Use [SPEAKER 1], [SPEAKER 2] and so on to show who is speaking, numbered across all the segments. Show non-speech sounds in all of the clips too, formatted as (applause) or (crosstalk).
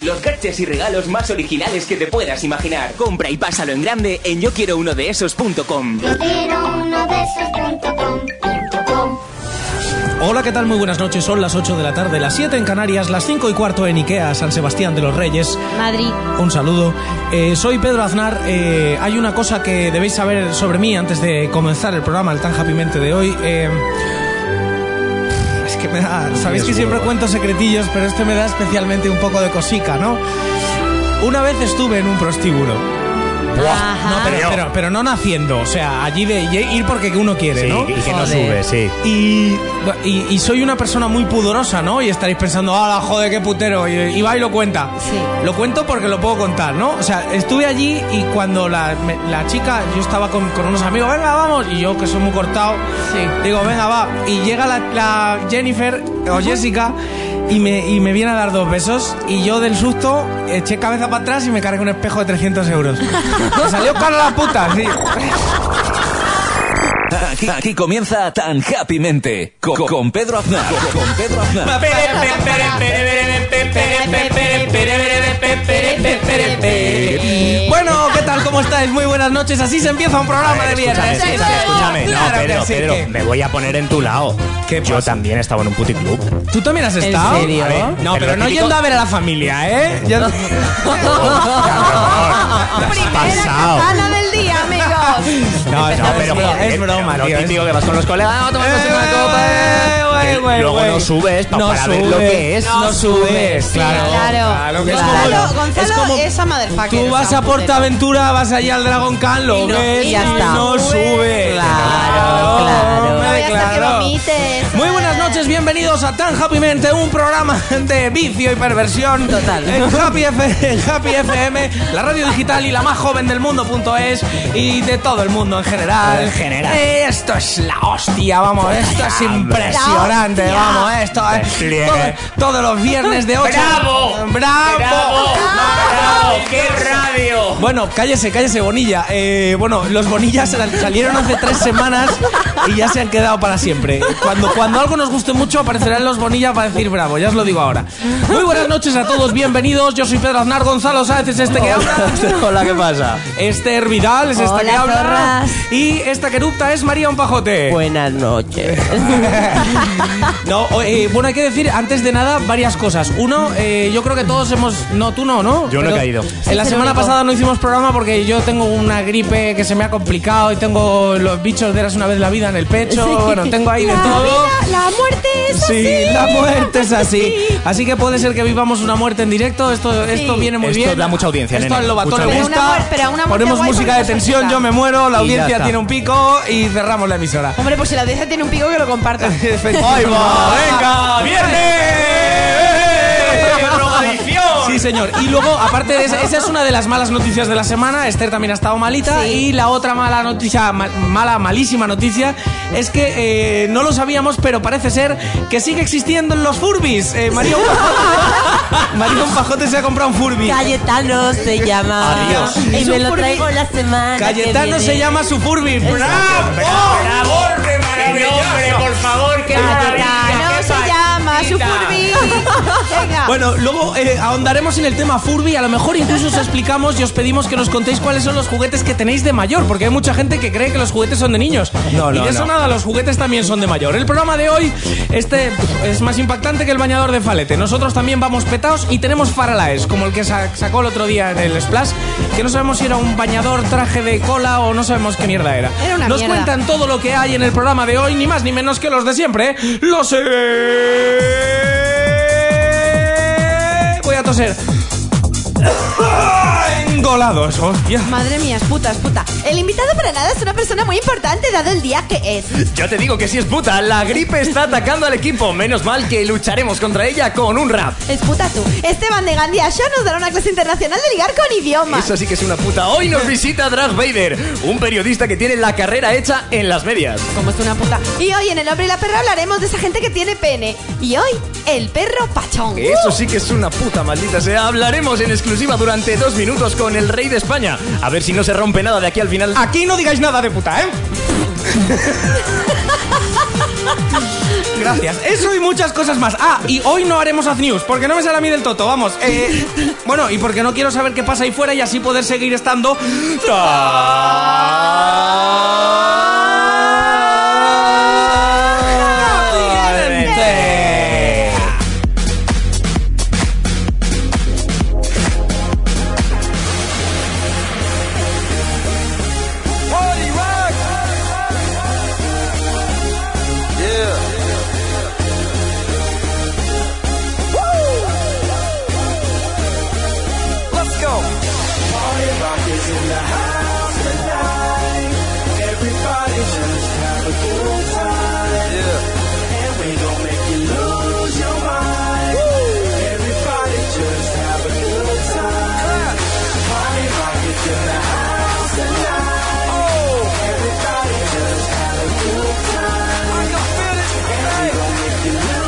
[SPEAKER 1] Los caches y regalos más originales que te puedas imaginar. Compra y pásalo en grande en yo quiero uno de esos.com.
[SPEAKER 2] Yo quiero uno de esos punto com, punto com.
[SPEAKER 3] Hola, ¿qué tal? Muy buenas noches. Son las 8 de la tarde, las 7 en Canarias, las 5 y cuarto en Ikea, San Sebastián de los Reyes.
[SPEAKER 4] Madrid.
[SPEAKER 3] Un saludo. Eh, soy Pedro Aznar. Eh, hay una cosa que debéis saber sobre mí antes de comenzar el programa, el tan happymente de hoy. Eh, es que me da. Sabéis que siempre cuento secretillos, pero este me da especialmente un poco de cosica, ¿no? Una vez estuve en un prostíbulo.
[SPEAKER 4] Ajá.
[SPEAKER 3] No, pero, pero- pero no naciendo, o sea, allí de y- ir porque uno quiere,
[SPEAKER 5] Sí,
[SPEAKER 3] ¿no?
[SPEAKER 5] y que no sube,
[SPEAKER 4] Joder.
[SPEAKER 5] sí.
[SPEAKER 3] Y, y- y soy una persona muy pudorosa, ¿no? Y estaréis pensando, ¡ah, joder, qué putero! Y, y va y lo cuenta.
[SPEAKER 4] Sí.
[SPEAKER 3] Lo cuento porque lo puedo contar, ¿no? O sea, estuve allí y cuando la, me- la chica, yo estaba con, con unos amigos, venga, vamos, y yo que soy muy cortado,
[SPEAKER 4] Sí.
[SPEAKER 3] digo, venga, va. Y llega la, la Jennifer o Jessica y me, y me viene a dar dos besos y yo del susto eché cabeza para atrás y me cargué un espejo de
[SPEAKER 4] (laughs)
[SPEAKER 3] 300 euros. Me salió cara la puta, sí.
[SPEAKER 1] Aquí, aquí comienza tan happymente co- con, Pedro Aznar. Co- Con, Pedro Aznar.
[SPEAKER 3] Bueno, ¿qué tal? ¿Cómo estáis? Muy buenas noches. Así se empieza un programa de
[SPEAKER 5] Escúchame,
[SPEAKER 3] viernes. Sí,
[SPEAKER 5] escúchame,
[SPEAKER 3] sí.
[SPEAKER 5] escúchame. No,
[SPEAKER 3] Claro que
[SPEAKER 5] Pedro,
[SPEAKER 3] sí,
[SPEAKER 5] Pedro,
[SPEAKER 3] que-
[SPEAKER 5] me voy a poner en tu lado.
[SPEAKER 3] ¿Qué
[SPEAKER 5] Yo
[SPEAKER 3] pasa?
[SPEAKER 5] también estaba en un puticlub.
[SPEAKER 3] ¿Tú también has estado?
[SPEAKER 4] serio?
[SPEAKER 3] A ver, no,
[SPEAKER 5] Pero
[SPEAKER 3] pero, no
[SPEAKER 5] típico-
[SPEAKER 3] yendo a ver a la familia,
[SPEAKER 5] (laughs)
[SPEAKER 3] ¿eh? (laughs) Yo-
[SPEAKER 5] pasado.
[SPEAKER 4] del día,
[SPEAKER 5] (laughs)
[SPEAKER 4] amigos.
[SPEAKER 3] No,
[SPEAKER 5] No, pero
[SPEAKER 3] es,
[SPEAKER 5] joder,
[SPEAKER 3] es broma,
[SPEAKER 5] pero
[SPEAKER 3] tío.
[SPEAKER 5] Lo
[SPEAKER 3] es-
[SPEAKER 5] típico que vas con los colegas, "Ah, vamos a tomarnos
[SPEAKER 3] Eh,
[SPEAKER 5] una copa.
[SPEAKER 3] güey,
[SPEAKER 5] que
[SPEAKER 3] güey,
[SPEAKER 5] luego
[SPEAKER 3] güey.
[SPEAKER 5] no subes pa-
[SPEAKER 3] No
[SPEAKER 5] para ver lo
[SPEAKER 3] subes,
[SPEAKER 5] que es.
[SPEAKER 3] No,
[SPEAKER 5] No
[SPEAKER 3] subes,
[SPEAKER 5] subes,
[SPEAKER 3] claro.
[SPEAKER 4] claro.
[SPEAKER 3] que es
[SPEAKER 4] Gonzalo-
[SPEAKER 3] como-
[SPEAKER 4] Gonzalo es a motherfucker,
[SPEAKER 3] Tú
[SPEAKER 4] es
[SPEAKER 3] vas
[SPEAKER 4] a
[SPEAKER 3] a
[SPEAKER 4] un
[SPEAKER 3] Portaventura, vas allí al Dragon Khan, lo
[SPEAKER 4] Y no-
[SPEAKER 3] ves
[SPEAKER 4] y ya está.
[SPEAKER 3] no subes.
[SPEAKER 4] Claro, claro.
[SPEAKER 3] me
[SPEAKER 4] No
[SPEAKER 2] voy a hacer que
[SPEAKER 3] declaro.
[SPEAKER 2] vomites.
[SPEAKER 3] Muy buenas noches, bienvenidos a Tan Happy Mente, un programa de vicio y perversión.
[SPEAKER 4] Total.
[SPEAKER 3] En Happy, F- en Happy FM, la radio digital y la más joven del mundo.es y de todo el mundo en general.
[SPEAKER 5] En general.
[SPEAKER 3] Eh, Esto es la hostia, vamos, esto es impresionante, vamos, esto es.
[SPEAKER 5] Despliegue.
[SPEAKER 3] todo- todos los viernes de 8.
[SPEAKER 5] ¡Bravo!
[SPEAKER 3] ¡Bravo!
[SPEAKER 5] ¡Bravo! ¡Qué radio!
[SPEAKER 3] Bueno, cállese, cállese, Bonilla. Eh, bueno, los Bonillas sal- salieron hace tres semanas y ya se han quedado para siempre. Cuando, cuando algo nos guste mucho, aparecerán los Bonillas para decir bravo, ya os lo digo ahora. Muy buenas noches a todos, bienvenidos. Yo soy Pedro Aznar Gonzalo Sáez, es este que habla.
[SPEAKER 5] Hola, (laughs) ¿qué pasa?
[SPEAKER 3] Esther Vidal es esta
[SPEAKER 4] Hola,
[SPEAKER 3] que habla.
[SPEAKER 4] zorras.
[SPEAKER 3] Y esta querupta es María Un Pajote.
[SPEAKER 4] Buenas noches.
[SPEAKER 3] No, o- eh, bueno, hay que decir antes de nada varias cosas. Uno, eh, yo creo que todos hemos. No, tú no, ¿no?
[SPEAKER 5] Yo no he caído.
[SPEAKER 3] En la
[SPEAKER 4] Sí,
[SPEAKER 3] semana
[SPEAKER 4] pero no.
[SPEAKER 3] pasada no hicimos programa porque yo tengo una gripe que se me ha complicado y tengo los bichos de eras una vez la vida en el pecho. Bueno, tengo ahí de todo.
[SPEAKER 4] la muerte
[SPEAKER 3] Sí, la muerte es así. Así que puede ser que vivamos una muerte en directo. Esto, esto viene muy
[SPEAKER 5] Esto
[SPEAKER 3] bien.
[SPEAKER 5] da mucha audiencia,
[SPEAKER 3] Esto
[SPEAKER 5] nene.
[SPEAKER 3] al
[SPEAKER 5] Mucha
[SPEAKER 3] Lobatón le
[SPEAKER 5] audiencia.
[SPEAKER 4] Pero una
[SPEAKER 3] gusta.
[SPEAKER 4] muer- pero una muerte
[SPEAKER 3] Ponemos
[SPEAKER 4] guay
[SPEAKER 3] música
[SPEAKER 4] porque
[SPEAKER 3] de
[SPEAKER 4] no se
[SPEAKER 3] tensión,
[SPEAKER 4] escucha.
[SPEAKER 3] yo me muero, la
[SPEAKER 5] Y ya
[SPEAKER 3] audiencia
[SPEAKER 5] está.
[SPEAKER 3] tiene un pico y cerramos la emisora.
[SPEAKER 4] Hombre, pues si la audiencia tiene un pico que lo
[SPEAKER 5] (laughs)
[SPEAKER 4] comparta.
[SPEAKER 3] (laughs) ¡Ahí
[SPEAKER 5] va, venga, (laughs) viernes. Drogadicción.
[SPEAKER 3] Sí, señor. Y luego, aparte de esa, esa es una de las malas noticias de la semana. Esther también ha estado malita. Y la otra mala noticia, ma- mala, malísima noticia, es que eh, no lo sabíamos, pero parece ser que sigue existiendo los Furbis. Eh, María un Pajote- (laughs) María un Pajote se ha comprado un Furby.
[SPEAKER 6] Cayetano se llama.
[SPEAKER 5] Adiós.
[SPEAKER 6] Y
[SPEAKER 3] Es
[SPEAKER 6] me
[SPEAKER 3] un
[SPEAKER 6] lo
[SPEAKER 3] furbi-
[SPEAKER 6] traigo la semana. que
[SPEAKER 3] Cayetano
[SPEAKER 6] viene.
[SPEAKER 3] se llama su Furby. ¡Bravo!
[SPEAKER 5] hombre, por favor, que
[SPEAKER 4] No se llama, su Furby. Venga.
[SPEAKER 3] Bueno, luego eh, ahondaremos en el tema Furby. A lo mejor incluso os explicamos y os pedimos que nos contéis cuáles son los juguetes que tenéis de mayor, porque hay mucha gente que cree que los juguetes son de niños.
[SPEAKER 5] (laughs) No,
[SPEAKER 3] y
[SPEAKER 5] no,
[SPEAKER 3] de eso
[SPEAKER 5] no.
[SPEAKER 3] nada, los juguetes también son de mayor. El programa de hoy este es más impactante que el bañador de Falete. Nosotros también vamos petados y tenemos faralaes, como el que sa- sacó el otro día en el Splash, que no sabemos si era un bañador, traje de cola o no sabemos qué mierda era.
[SPEAKER 4] Era una
[SPEAKER 3] nos
[SPEAKER 4] mierda.
[SPEAKER 3] cuentan todo lo que hay en el programa de hoy, ni más ni menos que los de siempre, ¿eh? los... (coughs) eh, Voy a toser. engolados, hostia.
[SPEAKER 4] Madre mía, es puta, es puta. El invitado para nada es una persona muy importante dado el día que es.
[SPEAKER 5] Ya te digo que si es puta, la gripe está atacando al equipo. Menos mal que lucharemos contra ella con
[SPEAKER 4] (laughs)
[SPEAKER 5] un rap.
[SPEAKER 4] Es puta tú. Esteban de Gandhi Asha nos dará una clase internacional de ligar con idiomas.
[SPEAKER 5] Eso sí que es una puta. Hoy nos visita Drag Vader, un periodista que tiene la carrera hecha en las medias.
[SPEAKER 4] Como es una puta. Y hoy en El Hombre y la Perra hablaremos de esa gente que tiene pene. Y hoy, el perro pachón.
[SPEAKER 5] Eso sí que es una puta maldita sea. Hablaremos en exclusiva durante dos minutos con el rey de España. A ver si no se rompe nada de aquí al final.
[SPEAKER 3] Aquí no digáis nada de puta, ¿eh? Gracias. Eso y muchas cosas más. Ah, y hoy no haremos Haz News, porque no me sale a mí del toto, vamos. Eh, bueno, y porque no quiero saber qué pasa ahí fuera y así poder seguir estando...
[SPEAKER 5] Ah.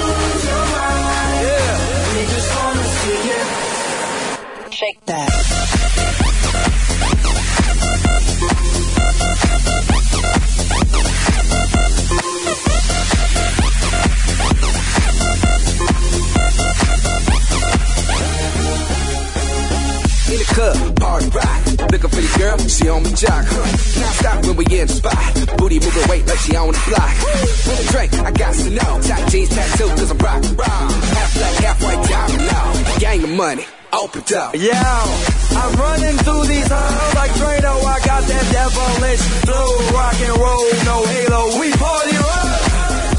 [SPEAKER 2] in
[SPEAKER 7] (laughs)
[SPEAKER 2] the club, party rock. Looking for your girl, she on the jock. Now stop when we in the spot. Booty moving weight like she on the block. With a drink, I got to know. Top jeans tattoo, cause I'm rock and roll. Half black, half white, diamond now. Gang of money, opened up.
[SPEAKER 7] Yo, I'm running through these halls like Trano. I got that devilish flow, rock and roll, no halo. We party rock.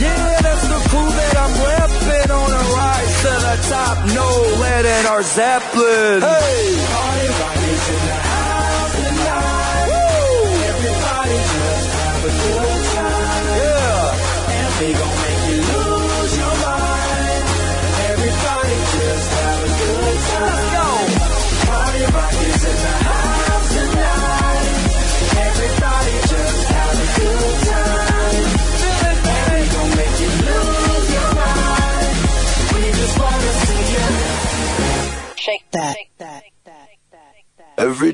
[SPEAKER 7] Yeah, that's the crew that I'm repping on a rise to the top. No lead in our Zeppelin. Hey, party rock is in the house tonight. Woo, everybody just have a good time. Yeah, and we gon' make you lose your mind. Everybody just have a good time. Let's go. Party rock is in the house tonight. Everybody just have a good time. And we gon' make you lose your mind. We just wanna see you.
[SPEAKER 2] Every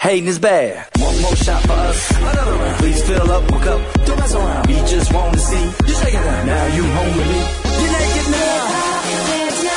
[SPEAKER 7] Hating is bad. One more shot for us, another round. Please fill up, hook up, don't mess around. We just want to see you shake it down. Now you home with me. You're naked now.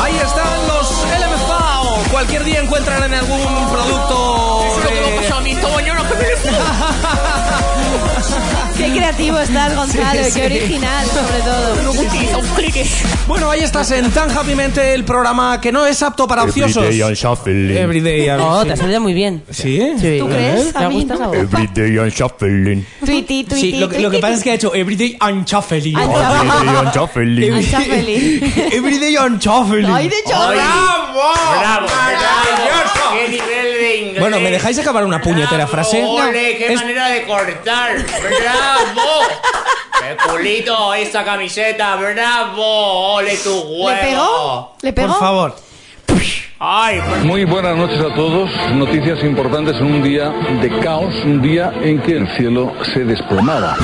[SPEAKER 3] Ahí están los LMFAO. Cualquier día encuentran en algún producto... eh, de-
[SPEAKER 5] (laughs)
[SPEAKER 4] (laughs) Qué creativo estás, Gonzalo.
[SPEAKER 3] Sí, sí.
[SPEAKER 4] Qué original, sobre todo.
[SPEAKER 3] Bueno, ahí estás en Tan Happymente, el programa que no es apto para ociosos.
[SPEAKER 8] on shuffling.
[SPEAKER 3] Everyday I'm-
[SPEAKER 9] Oh, te has salido muy bien.
[SPEAKER 3] ¿Sí?
[SPEAKER 4] ¿Tú
[SPEAKER 5] ¿Eh?
[SPEAKER 4] crees?
[SPEAKER 9] ¿Te
[SPEAKER 4] A
[SPEAKER 9] ha
[SPEAKER 4] mí
[SPEAKER 9] gustado?
[SPEAKER 4] no.
[SPEAKER 8] Everyday on shuffling.
[SPEAKER 4] Tweety, tweety,
[SPEAKER 3] Eh, Sí, lo, que- lo que
[SPEAKER 4] tweety,
[SPEAKER 3] pasa es que ha hecho Everyday Unchaffely.
[SPEAKER 4] Ay,
[SPEAKER 8] Everyday on shuffling.
[SPEAKER 4] tweety. Chafeli.
[SPEAKER 5] (laughs)
[SPEAKER 3] Everyday Unchaffely.
[SPEAKER 4] Ay, de chorro.
[SPEAKER 5] ¡Bravo!
[SPEAKER 3] ¡Maravilloso!
[SPEAKER 5] ¡Qué nivel de inglés!
[SPEAKER 3] Bueno, ¿me dejáis acabar una puñetera frase?
[SPEAKER 5] ¡Ole! ¡Qué
[SPEAKER 3] Es-
[SPEAKER 5] (laughs) manera de cortar! ¡Bravo! ¡Qué
[SPEAKER 10] Paulito, esa camiseta, bravo, ole tu huevo.
[SPEAKER 4] ¿Le pegó? ¿Le pegó?
[SPEAKER 7] Por favor.
[SPEAKER 10] Ay,
[SPEAKER 1] pues.
[SPEAKER 7] Muy buenas noches a todos. Noticias importantes en un día de caos, un día en que el cielo se desplomaba.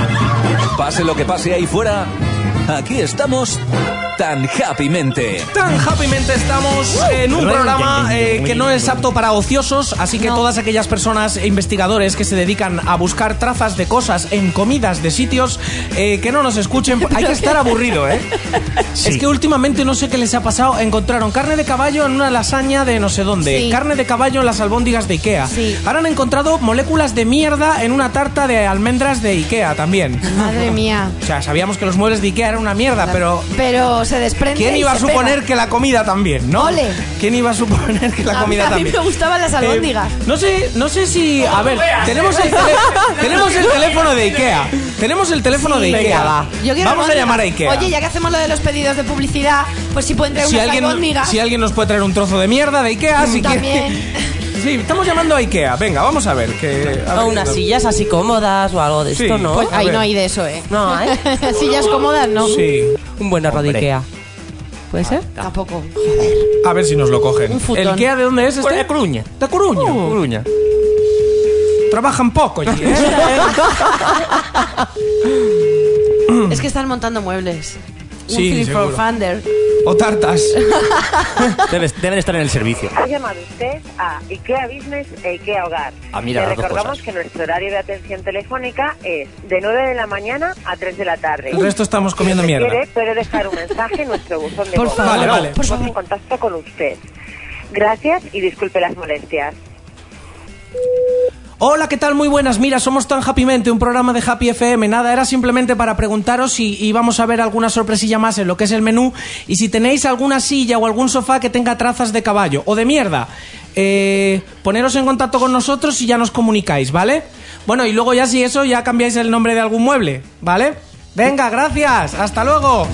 [SPEAKER 1] Pase lo que pase ahí fuera, aquí estamos tan happymente.
[SPEAKER 3] Tan happymente estamos en un programa eh, que no es apto para ociosos, así que todas aquellas personas e investigadores que se dedican a buscar trazas de cosas en comidas de sitios eh, que no nos escuchen, hay que estar aburrido, ¿eh? Es que últimamente no sé qué les ha pasado, encontraron carne de caballo en una lasaña de no sé dónde,
[SPEAKER 4] Sí.
[SPEAKER 3] carne de caballo en las albóndigas de Ikea. Ahora han encontrado moléculas de mierda en una tarta de almendras de Ikea también.
[SPEAKER 4] Madre mía.
[SPEAKER 3] O sea, sabíamos que los muebles de Ikea eran una mierda, pero
[SPEAKER 4] Pero se desprende.
[SPEAKER 3] ¿Quién
[SPEAKER 4] y
[SPEAKER 3] iba a
[SPEAKER 4] se
[SPEAKER 3] suponer
[SPEAKER 4] pega.
[SPEAKER 3] que la comida también, no?
[SPEAKER 4] Ole.
[SPEAKER 3] ¿Quién iba a suponer que la
[SPEAKER 4] A mí-
[SPEAKER 3] comida
[SPEAKER 4] a mí
[SPEAKER 3] también?
[SPEAKER 4] me gustaban las
[SPEAKER 3] Eh,
[SPEAKER 4] albóndigas.
[SPEAKER 3] no sé, no sé si, a ver,
[SPEAKER 4] veas.
[SPEAKER 3] tenemos
[SPEAKER 4] (laughs)
[SPEAKER 3] el, tele- tenemos el teléfono de Ikea. Tenemos el teléfono de
[SPEAKER 4] Sí.
[SPEAKER 3] Ikea.
[SPEAKER 4] Yo quiero
[SPEAKER 3] Vamos a
[SPEAKER 4] albóndigas.
[SPEAKER 3] llamar a Ikea.
[SPEAKER 4] Oye, ya que hacemos lo de los pedidos de publicidad, pues si pueden traer
[SPEAKER 3] si
[SPEAKER 4] unas
[SPEAKER 3] alguien,
[SPEAKER 4] albóndigas.
[SPEAKER 3] si alguien nos puede traer un trozo de mierda de Ikea, si quiere-
[SPEAKER 4] También.
[SPEAKER 3] (laughs) Sí, estamos llamando a Ikea. Venga, vamos a ver que a
[SPEAKER 11] O
[SPEAKER 3] ver-
[SPEAKER 11] unas sillas así cómodas o algo de
[SPEAKER 3] Sí,
[SPEAKER 11] esto, ¿no?
[SPEAKER 3] pues, a Ahí ver. no hay
[SPEAKER 4] de eso, ¿eh?
[SPEAKER 11] No, ¿eh?
[SPEAKER 4] (laughs) Sillas cómodas, ¿no?
[SPEAKER 3] Sí.
[SPEAKER 11] Un buen arro de Ikea. ¿Puede ser?
[SPEAKER 4] Tampoco.
[SPEAKER 3] A ver si nos lo cogen.
[SPEAKER 11] Un futón.
[SPEAKER 3] ¿El Ikea de dónde es este? De Coruña. De Coruña.
[SPEAKER 11] Oh.
[SPEAKER 3] Trabajan poco, allí, ¿eh? Ah.
[SPEAKER 4] es que están montando muebles. Un
[SPEAKER 12] Sí,
[SPEAKER 4] Philip
[SPEAKER 12] seguro.
[SPEAKER 4] Fander.
[SPEAKER 3] O
[SPEAKER 5] (laughs)
[SPEAKER 3] tartas.
[SPEAKER 12] Debes- deben estar en el servicio.
[SPEAKER 13] Ha llamado usted a IKEA Business e IKEA Hogar.
[SPEAKER 12] Ah, mira,
[SPEAKER 13] Le
[SPEAKER 12] las dos
[SPEAKER 13] recordamos
[SPEAKER 12] cosas.
[SPEAKER 13] que nuestro horario de atención telefónica es de 9 de la mañana a 3 de la tarde.
[SPEAKER 3] El resto estamos comiendo
[SPEAKER 13] Si
[SPEAKER 3] mierda.
[SPEAKER 13] quiere, puede dejar un mensaje en nuestro buzón de
[SPEAKER 3] (laughs) Por
[SPEAKER 13] voz.
[SPEAKER 3] favor, Vale, vale. por
[SPEAKER 13] Nos ponemos en contacto con usted. Gracias y disculpe las molestias.
[SPEAKER 3] Hola, ¿qué tal? Muy buenas. Mira, somos tan happymente, un programa de Happy FM. Nada, era simplemente para preguntaros si íbamos a ver alguna sorpresilla más en lo que es el menú y si tenéis alguna silla o algún sofá que tenga trazas de caballo o de mierda. Eh, poneros en contacto con nosotros y ya nos comunicáis, ¿vale? Bueno, y luego ya si eso, ya cambiáis el nombre de algún mueble, ¿vale? Venga, gracias. Hasta luego.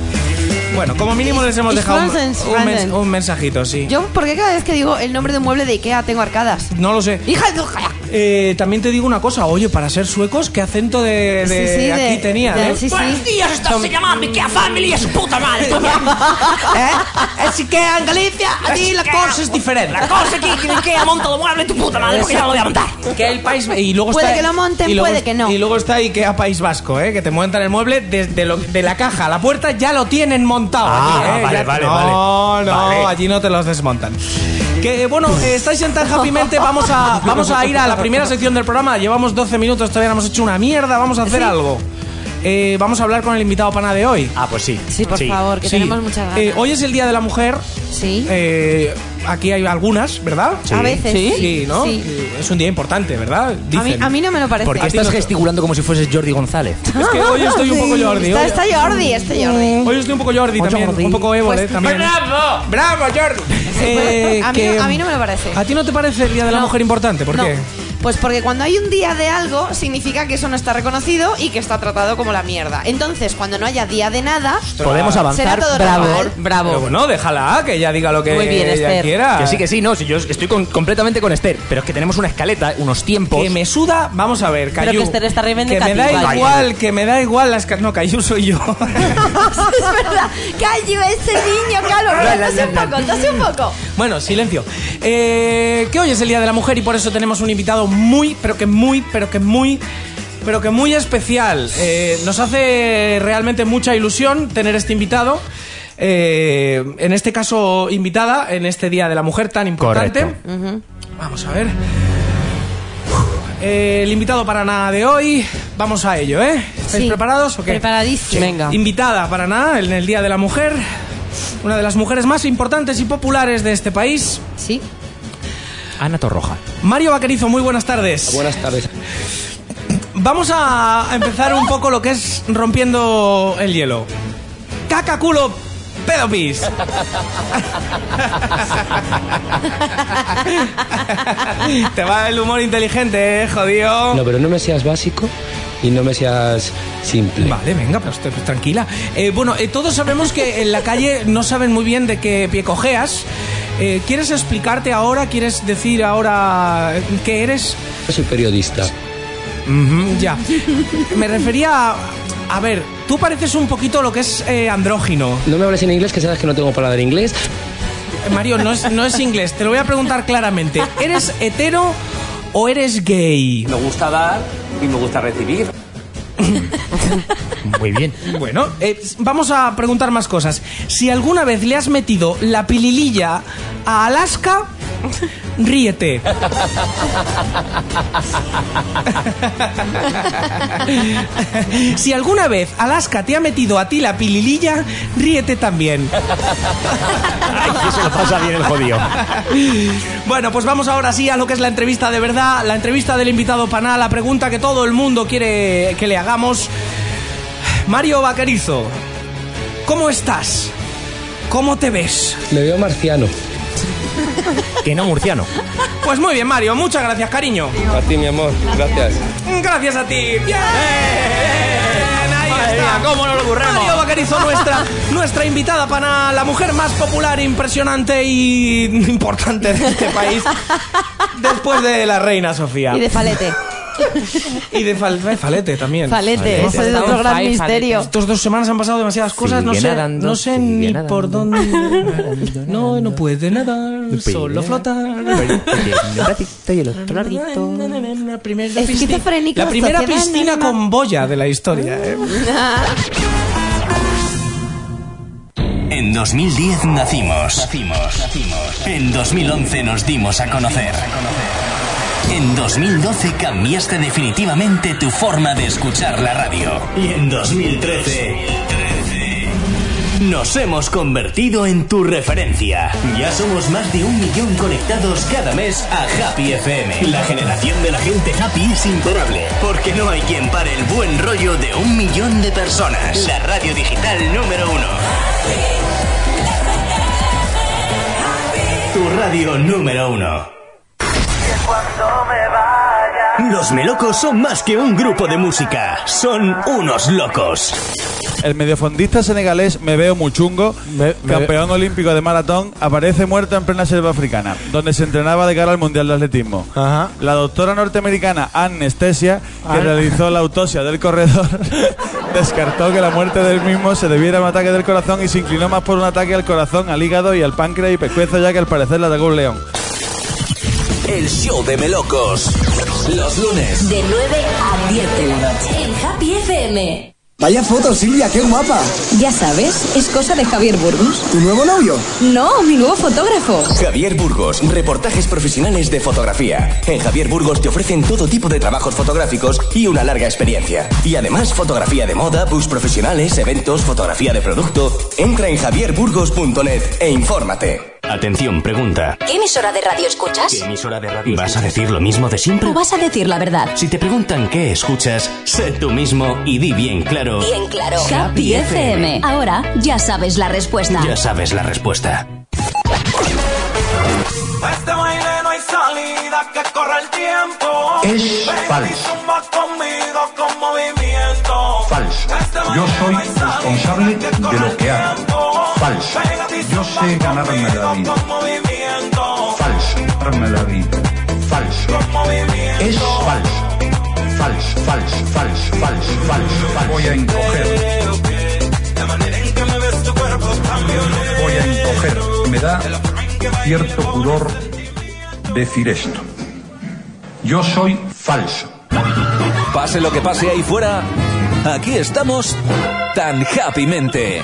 [SPEAKER 3] Bueno, como mínimo les hemos
[SPEAKER 4] Is- is
[SPEAKER 3] dejado un,
[SPEAKER 4] Francis
[SPEAKER 3] un mens-
[SPEAKER 4] Brandon.
[SPEAKER 3] un mensajito, sí.
[SPEAKER 4] Yo, ¿por qué cada vez que digo el nombre de un mueble de Ikea tengo arcadas?
[SPEAKER 3] No lo sé.
[SPEAKER 4] ¡Hija de tu ja-
[SPEAKER 3] Eh, también te digo una cosa, oye, para ser suecos, ¿qué acento de, de
[SPEAKER 4] Sí, sí,
[SPEAKER 3] aquí
[SPEAKER 4] de-
[SPEAKER 3] tenía?
[SPEAKER 4] de-
[SPEAKER 3] eh?
[SPEAKER 4] sí, sí. Buenos
[SPEAKER 10] días, esto se llama Ikea Family, es puta
[SPEAKER 4] (laughs)
[SPEAKER 10] madre.
[SPEAKER 3] ¿Eh? Así que en Galicia, allí la cosa es diferente.
[SPEAKER 10] La cosa es que- que Ikea monta los muebles, tu puta madre, porque ya lo voy a montar.
[SPEAKER 3] Que el país y luego
[SPEAKER 4] Puede
[SPEAKER 3] está,
[SPEAKER 4] que lo monten,
[SPEAKER 3] y luego-
[SPEAKER 4] puede que no.
[SPEAKER 3] Y luego está Ikea País Vasco, ¿eh? que te montan el mueble desde lo- de la caja a la puerta, ya lo tienen montado.
[SPEAKER 12] Ah,
[SPEAKER 3] allí, ¿eh?
[SPEAKER 12] vale,
[SPEAKER 3] Ya-
[SPEAKER 12] vale,
[SPEAKER 3] no,
[SPEAKER 12] vale.
[SPEAKER 3] no,
[SPEAKER 12] Vale.
[SPEAKER 3] allí no te los desmontan. Que eh, bueno, eh, estáis en tan happymente, vamos a, vamos a ir a la primera sección del programa. Llevamos 12 minutos, todavía no hemos hecho una mierda, vamos a hacer algo. Eh, vamos a hablar con el invitado pana de hoy.
[SPEAKER 12] Ah, pues sí.
[SPEAKER 4] Sí, por favor, que tenemos muchas ganas.
[SPEAKER 3] Eh, hoy es el Día de la Mujer. Eh,
[SPEAKER 4] Sí.
[SPEAKER 3] aquí hay algunas, ¿verdad?
[SPEAKER 4] Sí. A veces,
[SPEAKER 3] Sí,
[SPEAKER 4] sí.
[SPEAKER 3] ¿no?
[SPEAKER 4] Sí.
[SPEAKER 3] Eh, Es un día importante, ¿verdad?
[SPEAKER 4] A mí,
[SPEAKER 3] Dicen.
[SPEAKER 4] a mí no me lo parece. Eh,
[SPEAKER 12] ¿Por qué
[SPEAKER 3] A ti
[SPEAKER 12] estás
[SPEAKER 3] no te-
[SPEAKER 12] gesticulando como si fueses Jordi González?
[SPEAKER 3] (laughs) Es que hoy estoy un poco
[SPEAKER 4] Sí,
[SPEAKER 3] Jordi.
[SPEAKER 4] Está,
[SPEAKER 3] hoy-
[SPEAKER 4] está Jordi, está Jordi. Pues
[SPEAKER 3] Hoy estoy un poco Jordi también, un poco Évole también.
[SPEAKER 4] (laughs)
[SPEAKER 10] ¡Bravo!
[SPEAKER 3] ¡Bravo, Jordi! (laughs) Eh,
[SPEAKER 4] a, mí,
[SPEAKER 3] que-
[SPEAKER 4] no- a mí no me lo parece.
[SPEAKER 3] ¿A ti no te parece el Día de la Mujer importante? ¿Por
[SPEAKER 4] No.
[SPEAKER 3] qué?
[SPEAKER 4] Pues porque cuando hay un día de algo, significa que eso no está reconocido y que está tratado como la mierda. Entonces, cuando no haya día de nada,
[SPEAKER 12] Podemos
[SPEAKER 4] será
[SPEAKER 12] avanzar.
[SPEAKER 4] todo (laughs) normal.
[SPEAKER 3] Pero bueno, déjala que ella diga lo que ella quiera.
[SPEAKER 12] Que sí, que sí, no, si yo estoy con- completamente con Esther, pero es que tenemos una escaleta, unos tiempos.
[SPEAKER 3] Que me suda, vamos a ver,
[SPEAKER 12] Pero
[SPEAKER 3] Cayu.
[SPEAKER 12] que Esther está
[SPEAKER 3] que me
[SPEAKER 12] reivindicativa.
[SPEAKER 3] da
[SPEAKER 12] Vaya.
[SPEAKER 3] igual, que me da igual las... ca- No, Cayu soy yo.
[SPEAKER 4] es verdad. Cayo, ese niño,
[SPEAKER 3] No,
[SPEAKER 4] claro,
[SPEAKER 3] no,
[SPEAKER 4] entonces un
[SPEAKER 3] no, no.
[SPEAKER 4] poco, entonces un poco.
[SPEAKER 3] Bueno, silencio. Eh, que hoy es el Día de la Mujer y por eso tenemos un invitado muy, pero que muy, pero que muy, pero que muy especial. Eh, nos hace realmente mucha ilusión tener este invitado. eh, en este caso, invitada en este Día de la Mujer tan importante. Vamos a ver. Eh, el invitado para nada de hoy, vamos a ello, ¿eh? ¿Estáis
[SPEAKER 4] Sí.
[SPEAKER 3] preparados o qué?
[SPEAKER 4] Preparadísimo.
[SPEAKER 3] Sí.
[SPEAKER 4] Venga.
[SPEAKER 3] Invitada para nada en el Día de la Mujer, una de las mujeres más importantes y populares de este país.
[SPEAKER 4] Sí.
[SPEAKER 12] Ana Torroja.
[SPEAKER 3] Mario Vaquerizo, muy buenas tardes.
[SPEAKER 14] Buenas tardes.
[SPEAKER 3] Vamos a empezar un poco lo que es rompiendo el hielo. Caca, culo, pedopis. Te va el humor inteligente, eh, jodido.
[SPEAKER 14] No, pero no me seas básico y no me seas simple.
[SPEAKER 3] Vale, venga, pues, te- pues tranquila. Eh, bueno, eh, todos sabemos que en la calle no saben muy bien de qué pie cojeas. Eh, ¿Quieres explicarte ahora? ¿Quieres decir ahora eh, qué eres?
[SPEAKER 14] Soy periodista.
[SPEAKER 3] Ujú, ya. Me refería a... A ver, tú pareces un poquito lo que es eh, andrógino.
[SPEAKER 15] No me hables en inglés, que sabes que no tengo palabra en inglés.
[SPEAKER 3] Eh, Mario, no es, no es inglés, te lo voy a preguntar claramente. ¿Eres hetero o eres gay?
[SPEAKER 16] Me gusta dar y me gusta recibir.
[SPEAKER 3] Muy bien. Bueno, eh, vamos a preguntar más cosas. Si alguna vez le has metido la pilililla a Alaska, ríete. (laughs) Si alguna vez Alaska te ha metido a ti la pilililla, ríete también.
[SPEAKER 17] se lo pasa bien el jodido.
[SPEAKER 3] Bueno, pues vamos ahora sí a lo que es la entrevista de verdad, la entrevista del invitado panal, la pregunta que todo el mundo quiere que le hagamos. Mario Vaquerizo, ¿cómo estás? ¿Cómo te ves?
[SPEAKER 15] Me veo marciano.
[SPEAKER 17] Que no murciano.
[SPEAKER 3] Pues muy bien, Mario, muchas gracias, cariño.
[SPEAKER 15] A ti, mi amor. Gracias.
[SPEAKER 3] Gracias a ti. Bien. Ahí está.
[SPEAKER 17] ¿Cómo no lo curramos?
[SPEAKER 3] Mario Vaquerizo,
[SPEAKER 17] (laughs)
[SPEAKER 3] nuestra, nuestra invitada para la mujer más popular, impresionante y importante de este país. Después de la reina Sofía.
[SPEAKER 4] Y de falete.
[SPEAKER 3] Y de fal- falete también.
[SPEAKER 4] Falete, ese es otro gran
[SPEAKER 3] Falete.
[SPEAKER 4] misterio.
[SPEAKER 3] Estas dos semanas han pasado demasiadas cosas, no
[SPEAKER 17] Sigue
[SPEAKER 3] sé,
[SPEAKER 17] nadando,
[SPEAKER 3] no sé
[SPEAKER 17] sigue
[SPEAKER 3] ni
[SPEAKER 17] (laughs) nadando.
[SPEAKER 3] por dónde. No, no puede nadar, solo flotar. La primera, piscina,
[SPEAKER 4] Esquizofrénico,
[SPEAKER 3] la primera
[SPEAKER 4] sociedad
[SPEAKER 3] piscina
[SPEAKER 4] anónima.
[SPEAKER 3] con boya de la historia. ¿eh?
[SPEAKER 4] (laughs)
[SPEAKER 18] En 2010 nacimos. En 2011 nos dimos a conocer. En 2012 cambiaste definitivamente tu forma de escuchar la radio. Y en 2013 nos hemos convertido en tu referencia. Ya somos más de un millón conectados cada mes a Happy FM. La generación de la gente happy es imparable, porque no hay quien pare el buen rollo de un millón de personas. La radio digital número uno. Tu radio número uno. Los melocos son más que un grupo de música, son unos locos.
[SPEAKER 19] El mediofondista senegalés me veo muy chungo, campeón olímpico de maratón, aparece muerto en plena selva africana, donde se entrenaba de cara al Mundial de Atletismo. La doctora norteamericana Anestesia, que
[SPEAKER 20] An-
[SPEAKER 19] realizó la autopsia del corredor, (laughs) descartó que la muerte del mismo se debiera a un ataque del corazón y se inclinó más por un ataque al corazón, al hígado y al páncreas y pescuezo, ya que al parecer la atacó un león.
[SPEAKER 18] El show de melocos. Los lunes.
[SPEAKER 5] De 9 a 10 de la noche en Happy FM.
[SPEAKER 21] Vaya foto, Silvia, qué guapa.
[SPEAKER 5] Ya sabes, es cosa de Javier Burgos.
[SPEAKER 21] ¿Tu nuevo novio?
[SPEAKER 5] No, mi nuevo fotógrafo.
[SPEAKER 18] Javier Burgos, reportajes profesionales de fotografía. En Javier Burgos te ofrecen todo tipo de trabajos fotográficos y una larga experiencia. Y además fotografía de moda, bus profesionales, eventos, fotografía de producto. Entra en javierburgos.net e infórmate. Atención, pregunta.
[SPEAKER 5] ¿Qué emisora de radio escuchas?
[SPEAKER 18] emisora de radio? ¿Vas a decir lo mismo de siempre?
[SPEAKER 5] ¿O vas a decir la verdad?
[SPEAKER 18] Si te preguntan qué escuchas, sé tú mismo y di bien claro.
[SPEAKER 5] Bien claro.
[SPEAKER 18] Happy
[SPEAKER 5] Happy FM. Ahora ya sabes la respuesta.
[SPEAKER 18] Ya sabes la respuesta.
[SPEAKER 7] A este baile no hay salida, que corre el tiempo.
[SPEAKER 1] Es
[SPEAKER 7] Ven y
[SPEAKER 1] falso.
[SPEAKER 7] zumba conmigo con movimiento.
[SPEAKER 1] Falso. Yo soy responsable de lo que hago. Falso. Yo sé ganarme la vida. Falso. Ganarme la vida. Falso. Es falso. Falso, falso, falso, falso, falso, falso. Voy a encoger. Voy a encoger. Me da cierto pudor decir esto. Yo soy falso.
[SPEAKER 2] Pase lo que pase ahí fuera, aquí estamos tan happymente.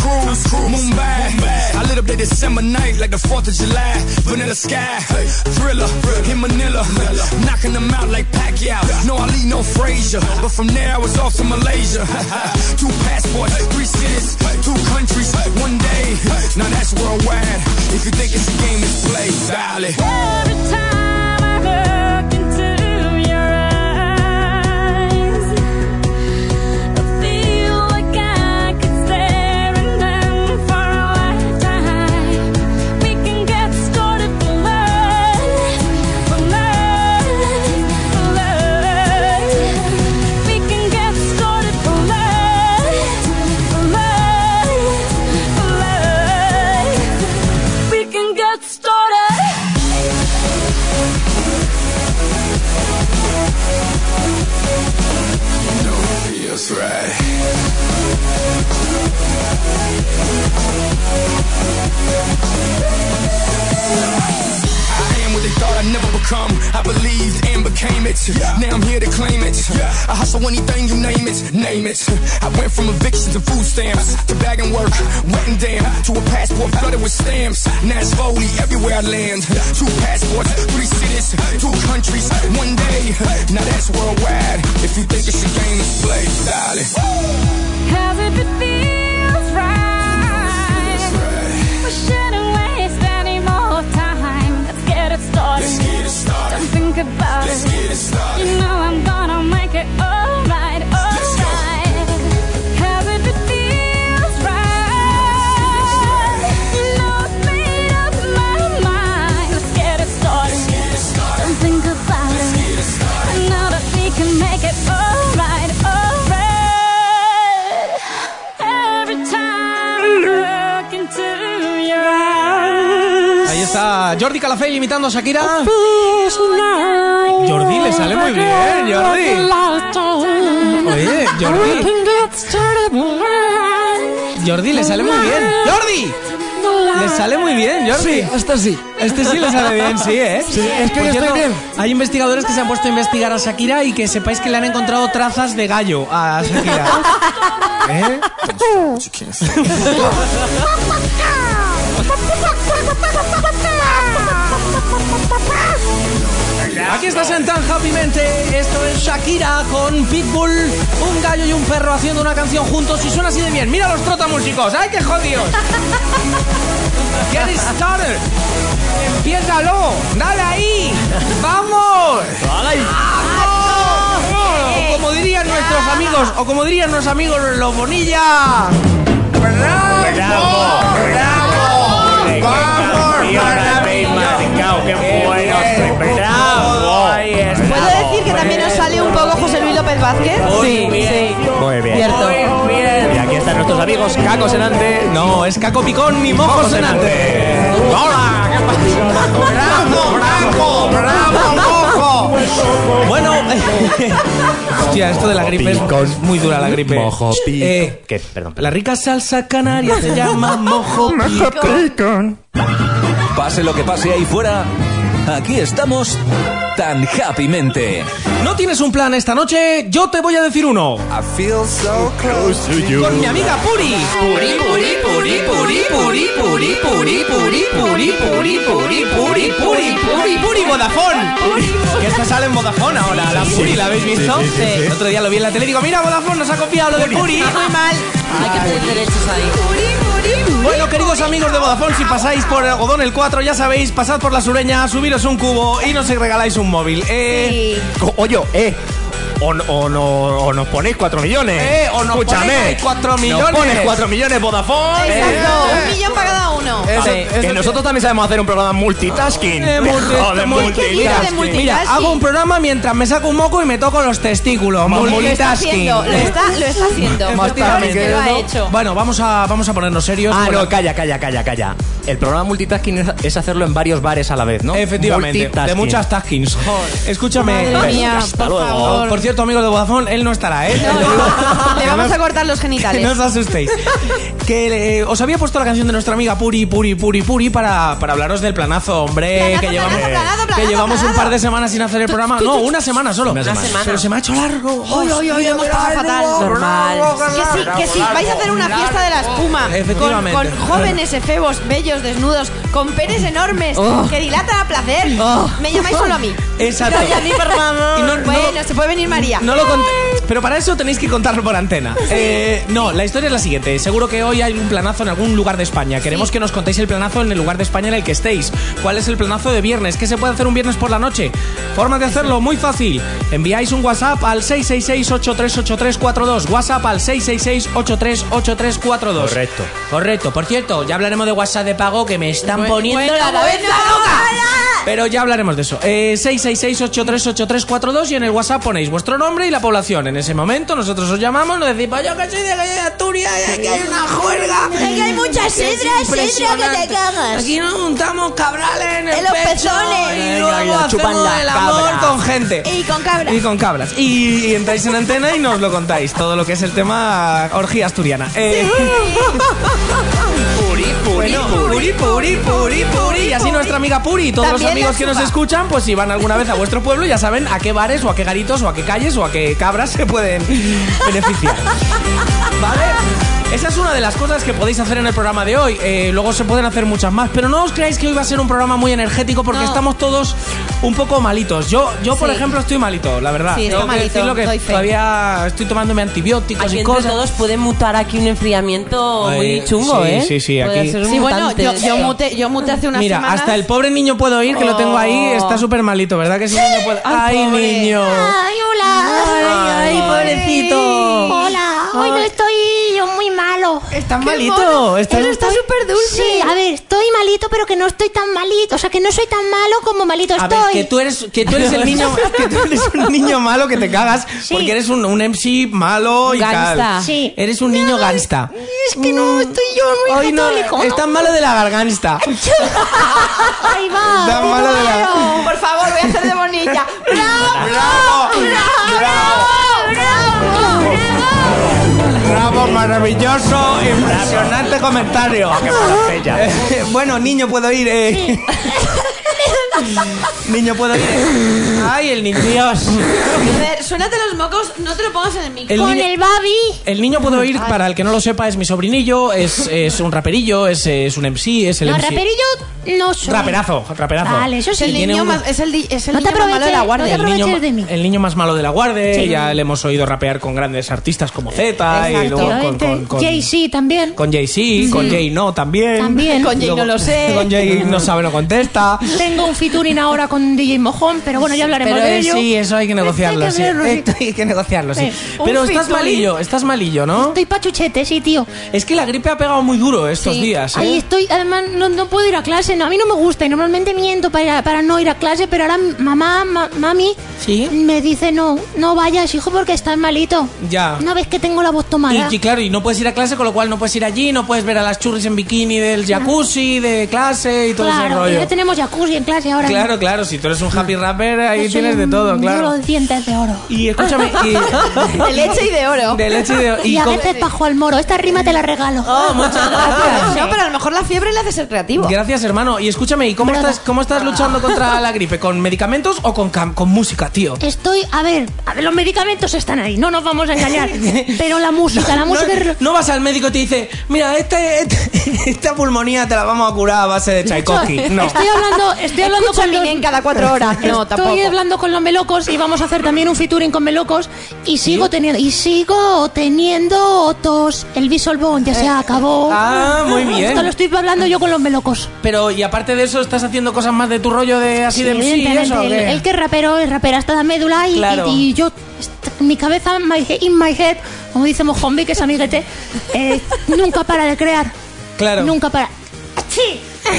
[SPEAKER 22] cruise, Mumbai. I lit up that December night like the 4th of July. Vanilla Sky, Thriller, in Manila. Knocking them out like Pacquiao. No, I leave no Frazier. But from there, I was off to Malaysia. (laughs) two passports, three cities, two countries, one day. Now that's worldwide. If you think it's a game, it's play. Dial it.
[SPEAKER 2] Every time I look into your eyes, I feel like I could stare in them for a lifetime. We can get started for love, for love, for love. We can get started for love, for love, for love. We can get started.
[SPEAKER 22] Feels right. I am what they thought I never become. I believed and became it. Now I'm here to claim it. I hustle anything you name it, name it. I went from eviction to food stamps to bag and work, wet and damn to a passport flooded with stamps. Now it's Foley everywhere I land. Two passports, three cities, two countries, one day. Now that's worldwide. If you think it's a game, it's play, darling.
[SPEAKER 2] Cause if it feels right, we shouldn't waste any more time. Let's get it started.
[SPEAKER 22] Let's get it started.
[SPEAKER 2] Don't think about
[SPEAKER 22] Let's
[SPEAKER 2] it.
[SPEAKER 22] get it started.
[SPEAKER 2] You know I'm gonna make it alright, alright. Cause if it feels right, you know I've made up my mind. Let's get it started. Don't think about it. I know that we can make it alright, alright. Every time I look into your eyes.
[SPEAKER 3] Ahí está Jordi Calafell imitando a Shakira. Jordi le sale muy bien, Jordi. Oye, Jordi, Jordi le sale muy bien. ¡Jordi! Le sale muy bien, Jordi.
[SPEAKER 23] Sí, hasta sí.
[SPEAKER 3] Este sí le sale bien, sí, ¿eh?
[SPEAKER 23] Sí, es que
[SPEAKER 3] Por
[SPEAKER 23] yo
[SPEAKER 3] cierto,
[SPEAKER 23] estoy bien.
[SPEAKER 3] Hay investigadores que se han puesto a investigar a Shakira y que sepáis que le han encontrado trazas de gallo a
[SPEAKER 23] (laughs)
[SPEAKER 3] Shakira. ¿Eh? Aquí estás en Tan Happymente. Esto es Shakira con Pitbull, un gallo y un perro haciendo una canción juntos y suena así de bien. Mira los trotamúsicos. ¡Ay,
[SPEAKER 12] (laughs)
[SPEAKER 3] qué jodidos! Get it started. Empiézalo. Dale ahí. ¡Vamos! ¡Dale ahí! Como dirían nuestros amigos, o como dirían nuestros amigos los Bonilla.
[SPEAKER 4] ¿Puedo decir que también os sale un poco José Luis López Vázquez?
[SPEAKER 11] Sí, sí.
[SPEAKER 12] Muy bien.
[SPEAKER 11] Cierto.
[SPEAKER 12] Y aquí están nuestros amigos Caco Senante.
[SPEAKER 3] No, es Caco Picón ni Mojo Senante.
[SPEAKER 12] ¡Hola!
[SPEAKER 3] ¡Bravo, bravo, bravo, mojo! Bueno, hostia, esto de la gripe es muy dura la gripe.
[SPEAKER 12] Mojo pico.
[SPEAKER 3] Eh,
[SPEAKER 12] ¿Qué? Perdón.
[SPEAKER 3] La rica salsa canaria se llama mojo
[SPEAKER 1] Mojo
[SPEAKER 3] picón.
[SPEAKER 1] Pase lo que pase ahí fuera, aquí estamos tan happymente.
[SPEAKER 3] ¿No tienes un plan esta noche? Yo te voy a decir uno. Con mi amiga Puri.
[SPEAKER 23] Puri, puri, puri, puri, puri, puri, puri, puri, puri, puri, puri, puri, puri,
[SPEAKER 3] Puri, Puri, Vodafone. Que esta sale en Vodafone ahora. La Puri, ¿la habéis visto?
[SPEAKER 23] sí, sí, sí.
[SPEAKER 3] El otro día lo vi en la tele y digo, mira, Vodafone nos ha copiado lo de Puri.
[SPEAKER 4] Muy mal.
[SPEAKER 11] Hay que pedir derechos ahí.
[SPEAKER 3] Bueno, queridos amigos de Vodafone, si pasáis por Godón el 4, ya sabéis, pasad por la sureña, subiros un cubo y nos regaláis un móvil. Eh,
[SPEAKER 12] Co- Oye, eh. O, no- o no, o nos ponéis 4 millones.
[SPEAKER 3] Eh, o nos
[SPEAKER 12] Escúchame.
[SPEAKER 3] ponéis ahí cuatro millones.
[SPEAKER 12] Nos pones 4 millones, Vodafone.
[SPEAKER 4] Exacto,
[SPEAKER 12] Eh,
[SPEAKER 4] un millón para cada uno.
[SPEAKER 12] eh, que nosotros también sabemos hacer un programa multitasking.
[SPEAKER 3] eh, multi-
[SPEAKER 12] Joder,
[SPEAKER 3] multi-
[SPEAKER 4] dices de multitasking?
[SPEAKER 3] Mira, hago un programa mientras me saco un moco y me toco los testículos.
[SPEAKER 4] Lo está
[SPEAKER 3] Multitasking.
[SPEAKER 4] haciendo, lo está, lo está
[SPEAKER 3] (laughs)
[SPEAKER 4] haciendo. Lo peor es que lo ha hecho.
[SPEAKER 3] Bueno, vamos a, vamos a ponernos serios.
[SPEAKER 12] Ah,
[SPEAKER 3] Bueno,
[SPEAKER 12] no, calla, calla, calla, calla. El programa multitasking es, es hacerlo en varios bares a la vez, ¿no?
[SPEAKER 3] Efectivamente, de
[SPEAKER 12] Multitasking.
[SPEAKER 3] muchas taskings. Escúchame.
[SPEAKER 4] Madre mía,
[SPEAKER 12] Hasta
[SPEAKER 4] por
[SPEAKER 12] luego.
[SPEAKER 4] favor.
[SPEAKER 3] Por cierto, amigos de Vodafone, él no estará, ¿eh?
[SPEAKER 4] Le vamos a cortar los
[SPEAKER 3] Que (laughs)
[SPEAKER 4] genitales.
[SPEAKER 3] no os asustéis. que eh, os había puesto la canción de nuestra amiga Puri, Puri, Puri, Puri para, para hablaros del planazo, hombre, que llevamos, que llevamos un par de semanas sin hacer el
[SPEAKER 12] (laughs)
[SPEAKER 3] programa. No, una semana solo.
[SPEAKER 4] Una semana.
[SPEAKER 3] Pero se me ha hecho largo.
[SPEAKER 4] Hoy, hoy, hoy hemos pasado fatal. Que sí, que sí. Vais a hacer una fiesta de la espuma. con-
[SPEAKER 3] Efectivamente.
[SPEAKER 4] Con, jóvenes efebos, bellos, desnudos, con penes enormes,
[SPEAKER 3] Oh.
[SPEAKER 4] que dilatan a placer. Me llamáis solo a mí.
[SPEAKER 3] Exacto.
[SPEAKER 4] No, y a mí, por favor.
[SPEAKER 3] Y no- no-
[SPEAKER 4] bueno, se puede venir María.
[SPEAKER 3] No lo cont- Pero para eso tenéis que contarlo por antena. Eh, no, la historia es la siguiente. Seguro que hoy hay un planazo en algún lugar de España. Queremos que nos contéis el planazo en el lugar de España en el que estéis. ¿Cuál es el planazo de viernes? ¿Qué se puede hacer un viernes por la noche? Forma de hacerlo muy fácil. Enviáis un WhatsApp al 666-838342. WhatsApp al 666-838342. Correcto. Correcto. Por cierto, ya hablaremos de WhatsApp de pago que me están poniendo la cabeza pero ya hablaremos de eso. Eh, 666-838342 y en el WhatsApp ponéis vuestro nombre y la población. En ese momento nosotros os llamamos, nos decís, "Pues yo que soy de Calle de Asturias, y aquí hay una juerga.
[SPEAKER 24] Aquí hay mucha
[SPEAKER 3] que es
[SPEAKER 24] sidra, sidra que te
[SPEAKER 3] impresionante.
[SPEAKER 24] cagas".
[SPEAKER 3] Aquí nos juntamos cabrales en el
[SPEAKER 24] En los
[SPEAKER 3] pecho
[SPEAKER 24] pezones.
[SPEAKER 3] y
[SPEAKER 24] Venga,
[SPEAKER 3] luego
[SPEAKER 24] ya, chupan
[SPEAKER 3] hacemos
[SPEAKER 24] la
[SPEAKER 3] el amor
[SPEAKER 24] cabra.
[SPEAKER 3] con gente.
[SPEAKER 24] Y con cabras.
[SPEAKER 3] Y con cabras. Y, y entráis en antena y nos lo contáis, todo lo que es el tema orgía asturiana. Eh,
[SPEAKER 23] Puri, puri,
[SPEAKER 3] bueno,
[SPEAKER 23] puri, puri, puri, puri.
[SPEAKER 3] Y así nuestra amiga Puri y todos los
[SPEAKER 23] También
[SPEAKER 3] amigos
[SPEAKER 23] la
[SPEAKER 3] que nos
[SPEAKER 23] suba.
[SPEAKER 3] escuchan, pues si van alguna vez a vuestro pueblo, ya saben a qué bares o a qué garitos o a qué calles o a qué cabras se pueden beneficiar. ¿Vale? Esa es una de las cosas que podéis hacer en el programa de hoy. Eh, luego se pueden hacer muchas más. Pero no os creáis que hoy va a ser un programa muy energético porque estamos todos un poco malitos. Yo, yo por
[SPEAKER 11] Sí.
[SPEAKER 3] ejemplo, estoy malito, la verdad.
[SPEAKER 11] Sí, está
[SPEAKER 3] Tengo que
[SPEAKER 11] malito,
[SPEAKER 3] decirlo que
[SPEAKER 11] doy fe.
[SPEAKER 3] todavía estoy tomándome antibióticos
[SPEAKER 11] Aquí
[SPEAKER 3] y
[SPEAKER 11] entre
[SPEAKER 3] cosas.
[SPEAKER 11] todos puede mutar aquí un enfriamiento muy
[SPEAKER 3] Eh,
[SPEAKER 11] chungo,
[SPEAKER 3] sí,
[SPEAKER 11] ¿eh?
[SPEAKER 3] sí, sí,
[SPEAKER 11] Puede
[SPEAKER 3] aquí-
[SPEAKER 11] ser un
[SPEAKER 4] Sí, bueno,
[SPEAKER 11] mutante
[SPEAKER 4] yo,
[SPEAKER 11] esto.
[SPEAKER 4] yo mute, yo mute hace unas
[SPEAKER 3] Mira,
[SPEAKER 4] semanas.
[SPEAKER 3] hasta el pobre niño puedo oír, que lo tengo ahí,
[SPEAKER 11] Oh.
[SPEAKER 3] está súper malito, ¿verdad? Que si niño puede... ¡Ay, niño!
[SPEAKER 24] Ay, hola.
[SPEAKER 3] Ay, ay, pobrecito.
[SPEAKER 24] Hola. Hoy no estoy yo muy malo.
[SPEAKER 3] Estás malito, estás- Pero está
[SPEAKER 24] súper dulce. Sí, a ver, estoy malito, pero que no estoy tan malito. O sea, que no soy tan malo como malito
[SPEAKER 3] A ver,
[SPEAKER 24] estoy.
[SPEAKER 3] que tú eres, que tú eres el
[SPEAKER 24] (laughs)
[SPEAKER 3] niño, que tú eres un niño malo que te cagas, porque eres un, un MC malo y
[SPEAKER 24] Gangsta.
[SPEAKER 3] tal.
[SPEAKER 24] Sí.
[SPEAKER 3] Eres un niño gangsta.
[SPEAKER 24] Es que no estoy yo muy
[SPEAKER 3] Hoy Mm. no,
[SPEAKER 24] católico.
[SPEAKER 3] es tan malo de la garganta.
[SPEAKER 24] (laughs) Ahí va.
[SPEAKER 3] Está malo de la-
[SPEAKER 4] Claro, Por favor, voy a hacer de bonilla. ¡Bravo!
[SPEAKER 3] Bravo, maravilloso, impresionante comentario. Eh, (laughs) bueno, niño puedo ir. eh. (laughs) niño puedo ir. Ay, el niño. Dios.
[SPEAKER 4] (laughs) A ver, suénate los mocos, no te lo pongas en el micro.
[SPEAKER 3] El Con niño- el
[SPEAKER 4] babi.
[SPEAKER 3] El niño puedo ir, para el que no lo sepa, es mi sobrinillo, es, es un raperillo, es, es un MC, es el
[SPEAKER 24] No,
[SPEAKER 3] MC.
[SPEAKER 24] raperillo no soy.
[SPEAKER 3] Raperazo, raperazo.
[SPEAKER 24] Vale, eso sí.
[SPEAKER 3] El Tiene niño un- más-
[SPEAKER 4] es el, es
[SPEAKER 24] no te
[SPEAKER 4] niño más malo de la
[SPEAKER 24] aproveches-
[SPEAKER 4] guardia.
[SPEAKER 24] No te
[SPEAKER 3] El niño,
[SPEAKER 24] aproveches
[SPEAKER 3] ma-
[SPEAKER 24] de mí.
[SPEAKER 3] el niño más malo de la guardia,
[SPEAKER 24] Sí.
[SPEAKER 3] ya le hemos oído rapear con grandes artistas como Z, y luego con, con, con-
[SPEAKER 24] Jay-Z también.
[SPEAKER 3] con Jay-Z, con Jay No también.
[SPEAKER 24] También. Con Jay
[SPEAKER 3] Luego-
[SPEAKER 24] no lo sé.
[SPEAKER 3] (laughs) Con Jay no sabe, no contesta.
[SPEAKER 24] Tengo un featuring ahora con DJ Mojón, pero bueno, ya hablaremos
[SPEAKER 3] Pero,
[SPEAKER 24] de
[SPEAKER 3] eh,
[SPEAKER 24] ello.
[SPEAKER 3] Sí, eso hay que negociarlo,
[SPEAKER 24] Hay que
[SPEAKER 3] sí.
[SPEAKER 24] verlo, sí.
[SPEAKER 3] Esto hay que negociarlo, sí.
[SPEAKER 24] Sí. Un
[SPEAKER 3] Pero estás
[SPEAKER 24] featuring.
[SPEAKER 3] malillo, estás malillo, ¿no?
[SPEAKER 24] Estoy pachuchete, sí, tío.
[SPEAKER 3] Es que la gripe ha pegado muy duro estos
[SPEAKER 24] Sí.
[SPEAKER 3] días, ¿eh?
[SPEAKER 24] Ahí estoy, además no, no puedo ir a clase, no, a mí no me gusta y normalmente miento para, ir a- para no ir a clase, pero ahora mamá, ma- mami me dice no, no vayas hijo porque estás malito.
[SPEAKER 3] Ya.
[SPEAKER 24] No ves que tengo la voz tomada.
[SPEAKER 3] Y, y claro, y no puedes ir a clase, con lo cual no puedes ir allí, no puedes ver a las churris en bikini del jacuzzi, de clase y todo ese
[SPEAKER 24] claro, y
[SPEAKER 3] rollo.
[SPEAKER 24] ya tenemos jacuzzi en clase ahora. Mm.
[SPEAKER 3] Claro, claro, si tú eres un happy rapper, ahí
[SPEAKER 24] Yo soy
[SPEAKER 3] tienes de
[SPEAKER 24] un
[SPEAKER 3] todo,
[SPEAKER 24] duro
[SPEAKER 3] claro.
[SPEAKER 24] de dientes de oro.
[SPEAKER 3] Y escúchame, y-
[SPEAKER 4] (laughs) De leche (laughs) y de oro.
[SPEAKER 3] De leche y de oro.
[SPEAKER 24] Y,
[SPEAKER 3] Y
[SPEAKER 24] a
[SPEAKER 3] con-
[SPEAKER 24] veces bajo al moro. Esta rima te
[SPEAKER 4] (laughs)
[SPEAKER 24] la regalo.
[SPEAKER 3] Oh, muchas gracias.
[SPEAKER 4] No, pero a lo mejor la fiebre le hace ser creativo.
[SPEAKER 3] Gracias, hermano. Y escúchame, ¿y cómo estás, cómo estás luchando contra la gripe? ¿Con medicamentos o con, cam- con música, tío?
[SPEAKER 24] Estoy, a ver, a ver, los medicamentos están ahí, no nos vamos a
[SPEAKER 3] (laughs)
[SPEAKER 24] engañar. pero la música, la
[SPEAKER 3] No,
[SPEAKER 24] música es
[SPEAKER 3] no vas al médico y te dice, mira, este- este- (laughs) esta pulmonía te la vamos a curar a base de Tchaikovsky. No.
[SPEAKER 24] Estoy hablando, estoy hablando
[SPEAKER 4] Escucha
[SPEAKER 24] con los-
[SPEAKER 4] Miguel cada cuatro horas. No,
[SPEAKER 24] estoy
[SPEAKER 4] tampoco.
[SPEAKER 24] hablando con los melocos y vamos a hacer también un featuring con melocos y sigo teniendo y sigo teniendo tos. El bisolbón ya se acabó.
[SPEAKER 3] Eh, ah, muy bien.
[SPEAKER 24] Esto lo estoy hablando yo con los melocos.
[SPEAKER 3] Pero, y aparte de eso, ¿estás haciendo cosas más de tu rollo de así de MC y
[SPEAKER 24] Evidentemente,
[SPEAKER 3] eso? o
[SPEAKER 24] el,
[SPEAKER 3] qué?
[SPEAKER 24] el que es rapero es rapera hasta la médula y,
[SPEAKER 3] Claro.
[SPEAKER 24] y- y yo est- mi cabeza my he- in my head, como dice Mojombi que es amiguete, eh, nunca para de crear.
[SPEAKER 3] Claro.
[SPEAKER 24] Nunca para. ¡Achí!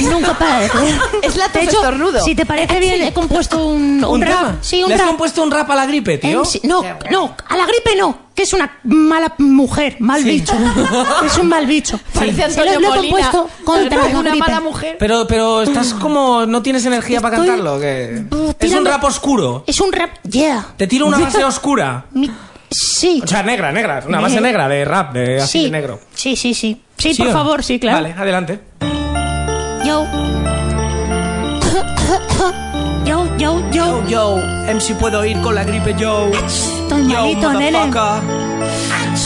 [SPEAKER 24] Nunca para de crear.
[SPEAKER 4] (laughs) Es la
[SPEAKER 24] De
[SPEAKER 4] tos
[SPEAKER 24] hecho,
[SPEAKER 4] estornudo.
[SPEAKER 24] Si te parece bien, he compuesto un, un
[SPEAKER 3] ¿Un
[SPEAKER 24] rap.
[SPEAKER 3] tema?
[SPEAKER 24] Sí, un
[SPEAKER 3] ¿Le has
[SPEAKER 24] rap.
[SPEAKER 3] compuesto un rap a la gripe, tío?
[SPEAKER 24] Eh, sí, no, no, a la gripe no, que es una mala mujer,
[SPEAKER 3] (laughs)
[SPEAKER 24] mal bicho. Es un mal bicho.
[SPEAKER 4] (laughs) Parece
[SPEAKER 24] Sí, lo,
[SPEAKER 4] Antonio
[SPEAKER 24] lo he
[SPEAKER 4] Molina.
[SPEAKER 24] compuesto contra la
[SPEAKER 4] Parece una
[SPEAKER 24] gripe.
[SPEAKER 4] mala mujer.
[SPEAKER 3] Pero, pero estás como. ¿No tienes energía para
[SPEAKER 24] Mm. Estoy-
[SPEAKER 3] cantarlo? ¿qué? Es un
[SPEAKER 24] tírame-
[SPEAKER 3] rap oscuro.
[SPEAKER 24] Es un rap, yeah.
[SPEAKER 3] Te tiro una base oscura.
[SPEAKER 24] Mi- Sí.
[SPEAKER 3] O sea, negra, negra. Una base negra
[SPEAKER 24] Negra.
[SPEAKER 3] de rap, de así
[SPEAKER 24] Sí.
[SPEAKER 3] de Eh, negro.
[SPEAKER 24] Sí, sí, sí. Sí, por
[SPEAKER 3] o no?
[SPEAKER 24] favor, sí, claro.
[SPEAKER 3] Vale, adelante.
[SPEAKER 24] Yo. Ah, Yo, yo, yo. Ah,
[SPEAKER 3] Yo, MC puedo ir con la gripe, yo.
[SPEAKER 24] Estoy malito, nene.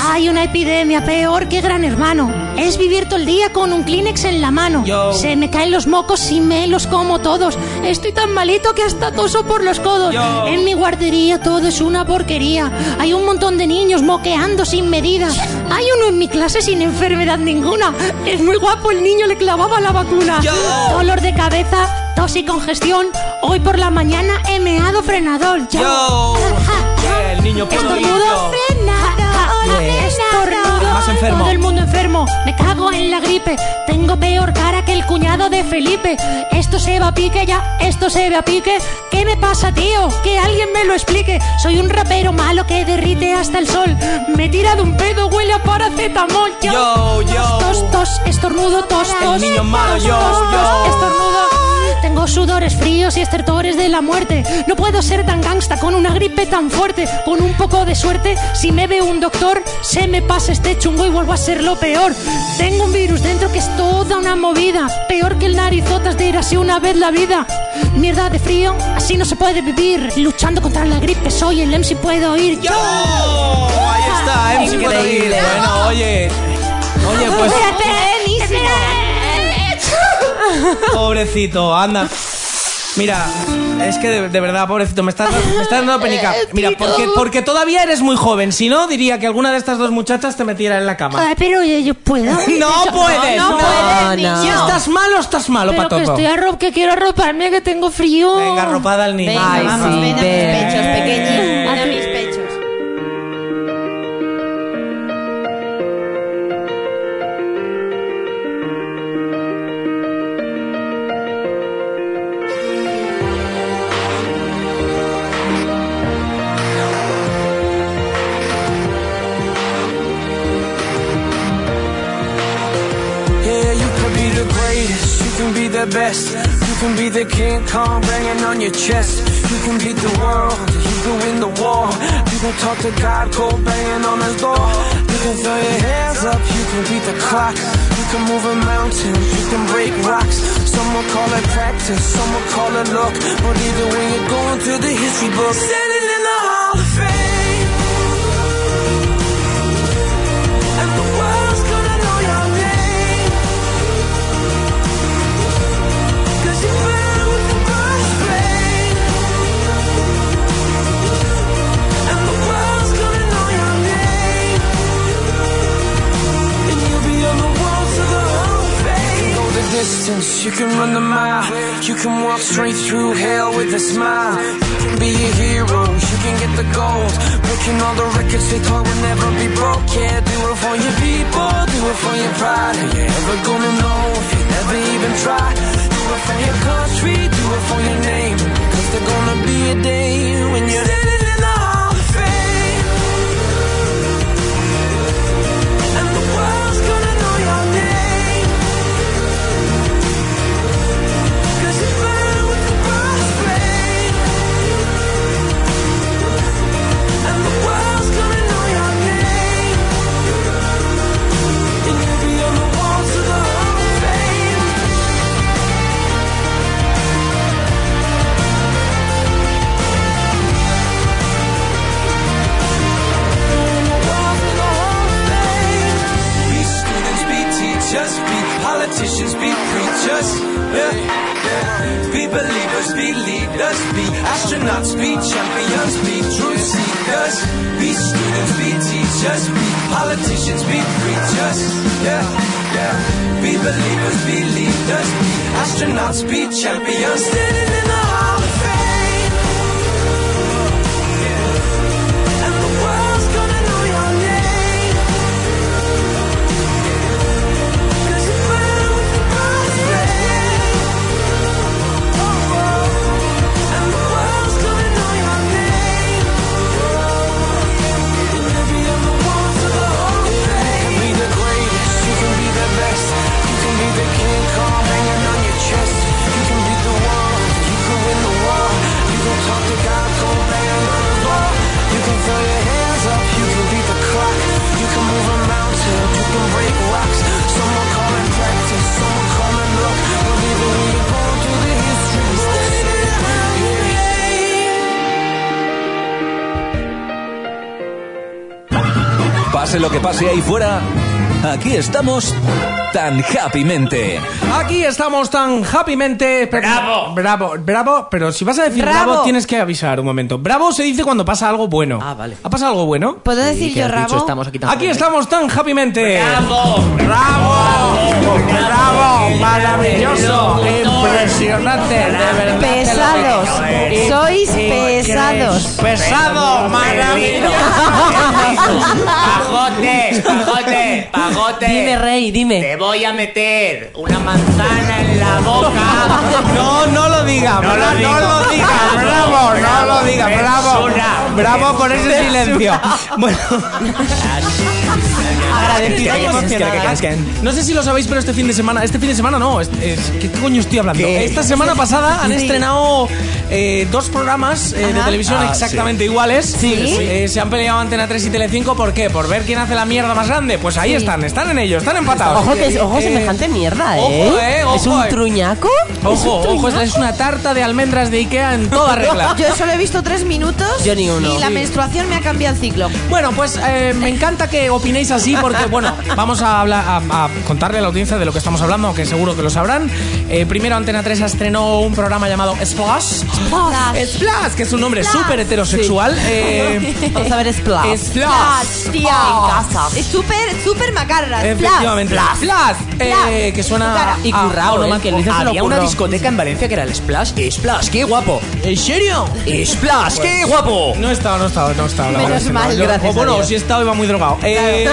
[SPEAKER 24] Hay una epidemia peor que gran hermano. Es vivir todo el día con un Kleenex en la mano.
[SPEAKER 3] Yo.
[SPEAKER 24] Se me caen los mocos y me los como todos. Estoy tan malito que hasta toso por los codos.
[SPEAKER 5] Yo.
[SPEAKER 24] En mi guardería todo es una porquería. Hay un montón de niños moqueando sin medida. Hay uno en mi clase sin enfermedad ninguna. Es muy guapo, el niño le clavaba la vacuna.
[SPEAKER 5] Yo.
[SPEAKER 24] Dolor de cabeza, tos y congestión. Hoy por la mañana he meado frenador. Yo.
[SPEAKER 3] Eh, El niño puedo ir.
[SPEAKER 24] Estornudo
[SPEAKER 3] yo.
[SPEAKER 24] frenado,
[SPEAKER 3] Yeah.
[SPEAKER 24] estornudo.
[SPEAKER 3] Más enfermo.
[SPEAKER 24] Todo el mundo enfermo. Me cago en la gripe. Tengo peor cara que el cuñado de Felipe. Esto se va a pique ya, esto se va a pique. ¿Qué me pasa, tío? Que alguien me lo explique. Soy un rapero malo que derrite hasta el sol. Me tira de un pedo, huele a paracetamol.
[SPEAKER 3] Yo, yo.
[SPEAKER 24] Tos, tos, estornudo, tos,
[SPEAKER 3] El
[SPEAKER 24] tos.
[SPEAKER 3] niño malo,
[SPEAKER 24] tos,
[SPEAKER 3] yo,
[SPEAKER 24] tos,
[SPEAKER 3] yo.
[SPEAKER 24] tos, Estornudo. Tengo sudores fríos y estertores de la muerte. No puedo ser tan gangsta con una gripe tan fuerte. Con un poco de suerte, si me ve un doctor, se me pasa este chungo y vuelvo a ser lo peor. Tengo un virus dentro que es toda una movida. Peor que el narizotas de ir así una vez la vida. Mierda de frío, así no se puede vivir. Luchando contra la gripe, soy el MC, puedo ir. Yo.
[SPEAKER 3] Ahí está, MC puedo ir. eh,
[SPEAKER 24] Increíble.
[SPEAKER 3] Bueno, oye. Oye, pues. Pobrecito, anda. Mira, es que de, de verdad, pobrecito, me estás, me estás dando penica.
[SPEAKER 24] (laughs)
[SPEAKER 3] Mira, porque, porque todavía eres muy joven. Si no, diría que alguna de estas dos muchachas te metiera en la cama.
[SPEAKER 24] Ay, pero yo, yo puedo.
[SPEAKER 3] (laughs) No
[SPEAKER 24] Yo-
[SPEAKER 3] puedes,
[SPEAKER 24] No,
[SPEAKER 3] no.
[SPEAKER 24] puedes,
[SPEAKER 3] No,
[SPEAKER 24] niño.
[SPEAKER 3] Si estás malo, estás malo,
[SPEAKER 24] Pero
[SPEAKER 3] Patoco.
[SPEAKER 24] que estoy arro- que quiero arroparme, que tengo frío.
[SPEAKER 3] Venga, arropada al niño.
[SPEAKER 24] Venga, Ay, vamos, sí, ven a mis ven. pechos, pequeñín.
[SPEAKER 4] Ven a mis pechos.
[SPEAKER 7] Yeah, you can be the greatest, you can be the best, you can be the King Kong banging on your chest. You can beat the world, you can win the war, you can talk to God, go banging on his door. You can throw your hands up, you can beat the clock, you can move a mountain, you can break rocks. Some will call it practice, some will call it luck, but either way you're going to the history book. Standing in the Hall of Fame. And the world's gonna know your name. Cause you ran with the first blade And the world's gonna know your name And you'll be on the walls of the whole fame Go the distance, you can run the mile You can walk straight through hell with a smile You can be a hero, you can get the gold Breaking all the records they thought would never be broke Yeah, do it for your people, do it for your pride Are you ever gonna know if you never even try? Do it for your country, do it for your name Cause there's gonna be a day when you're standing in the Hall of Fame And the world's gonna know your name Cause you burn with the first flame And the world's gonna know your name And you'll be on the walls of the Hall of Fame
[SPEAKER 25] Be students, be teachers, be politicians, be preachers. Yeah. yeah. Be believers, be leaders, be astronauts, be champions, be truth seekers. Be students, be teachers, be politicians, be preachers. Yeah, yeah. Be believers, be leaders, be astronauts, be champions. Standing in the hall of fame.
[SPEAKER 7] And the world's gonna know your name Cause you burn with the first flame And the world's gonna know your name And you'll be on the walls of the whole thing You can be the greatest, you can be the best You can be the King Kong hanging on your chest You can beat the world, you can
[SPEAKER 1] Pase lo que pase ahí fuera, aquí estamos tan happymente.
[SPEAKER 3] Aquí estamos tan happymente. pero-
[SPEAKER 1] Bravo.
[SPEAKER 3] Bravo, bravo. Pero si vas a decir bravo.
[SPEAKER 4] Bravo.
[SPEAKER 3] tienes que avisar un momento. Bravo se dice cuando pasa algo bueno. Ah, vale. ¿Ha pasado algo bueno?
[SPEAKER 4] ¿Puedo decir
[SPEAKER 3] que
[SPEAKER 4] yo
[SPEAKER 3] has dicho,
[SPEAKER 4] rabo?
[SPEAKER 3] estamos aquí tan estamos tan happymente.
[SPEAKER 4] ¡Bravo!
[SPEAKER 3] ¡Bravo! ¡Bravo! ¡Maravilloso! ¡Impresionante! De verdad te lo
[SPEAKER 4] Pesados.
[SPEAKER 3] digo, ¿eh?
[SPEAKER 4] Sois
[SPEAKER 3] Increíble.
[SPEAKER 4] pesados.
[SPEAKER 3] ¡Pesado! ¡Maravilloso!
[SPEAKER 23] Pajote, pajote, pajote. Dime,
[SPEAKER 11] rey, dime.
[SPEAKER 23] Te voy a meter una manzana en la boca.
[SPEAKER 3] (laughs) No, no lo diga,
[SPEAKER 23] No
[SPEAKER 3] bra-
[SPEAKER 23] lo digo.
[SPEAKER 3] no lo diga, bravo, no lo diga, bravo,
[SPEAKER 23] Censura.
[SPEAKER 3] bravo con ese
[SPEAKER 23] Censura.
[SPEAKER 3] silencio.
[SPEAKER 5] (laughs)
[SPEAKER 3] Bueno,
[SPEAKER 23] Agradecida y emocionada.
[SPEAKER 3] no sé si lo sabéis, pero este fin de semana, este fin de semana no, es, es- ¿qué coño estoy hablando? Esta semana pasada han
[SPEAKER 12] Sí.
[SPEAKER 3] estrenado eh, dos programas eh, de
[SPEAKER 12] Ajá.
[SPEAKER 3] televisión
[SPEAKER 12] Ah,
[SPEAKER 3] exactamente
[SPEAKER 12] sí.
[SPEAKER 3] iguales.
[SPEAKER 12] Sí. Sí.
[SPEAKER 3] Eh, se han peleado Antena 3 y Telecinco, ¿por qué? Por ver quién hace la mierda más grande. Pues ahí
[SPEAKER 11] Sí.
[SPEAKER 3] están, están en ellos, están empatados.
[SPEAKER 11] Ojo, que es, ojo
[SPEAKER 3] Eh,
[SPEAKER 11] semejante mierda, ¿eh?
[SPEAKER 3] ojo, eh,
[SPEAKER 11] ¿Es
[SPEAKER 3] ojo,
[SPEAKER 11] un
[SPEAKER 3] eh.
[SPEAKER 11] truñaco? ¿Es un
[SPEAKER 3] Ojo, ojo,
[SPEAKER 11] truñaco?
[SPEAKER 3] es una tarta de almendras de Ikea en toda regla.
[SPEAKER 4] (laughs) Yo solo he visto tres minutos
[SPEAKER 3] Yo ni uno.
[SPEAKER 4] y la
[SPEAKER 3] Sí.
[SPEAKER 4] menstruación me ha cambiado el ciclo.
[SPEAKER 3] Bueno, pues eh, me encanta que opinéis así porque, bueno, vamos a, hablar, a, a contarle a la audiencia de lo que estamos hablando, que seguro que lo sabrán. Eh, primero, Antena 3 estrenó un programa llamado Splash. Splash. que es un nombre súper heterosexual.
[SPEAKER 4] (laughs)
[SPEAKER 3] Eh,
[SPEAKER 11] Vamos a ver, Splash.
[SPEAKER 3] Splash.
[SPEAKER 4] tía.
[SPEAKER 11] En casa.
[SPEAKER 4] Es súper, súper macarra.
[SPEAKER 3] Efectivamente.
[SPEAKER 4] Flash.
[SPEAKER 3] Flash. Eh, que suena
[SPEAKER 11] Y
[SPEAKER 3] a-
[SPEAKER 11] currao,
[SPEAKER 3] a-
[SPEAKER 11] ¿eh?
[SPEAKER 3] a- que dices,
[SPEAKER 5] Había
[SPEAKER 3] lo
[SPEAKER 5] una
[SPEAKER 3] currao.
[SPEAKER 5] discoteca en Valencia que era el Splash. Splash, qué guapo.
[SPEAKER 3] ¿En serio? Pues,
[SPEAKER 5] Splash, qué guapo.
[SPEAKER 3] No he estado, no he estado, no he estado. la
[SPEAKER 5] Menos
[SPEAKER 3] verdad es que
[SPEAKER 5] mal,
[SPEAKER 3] no. Yo-
[SPEAKER 5] gracias
[SPEAKER 3] o bueno,
[SPEAKER 5] a Dios.
[SPEAKER 3] si he estado iba muy drogado. Eh,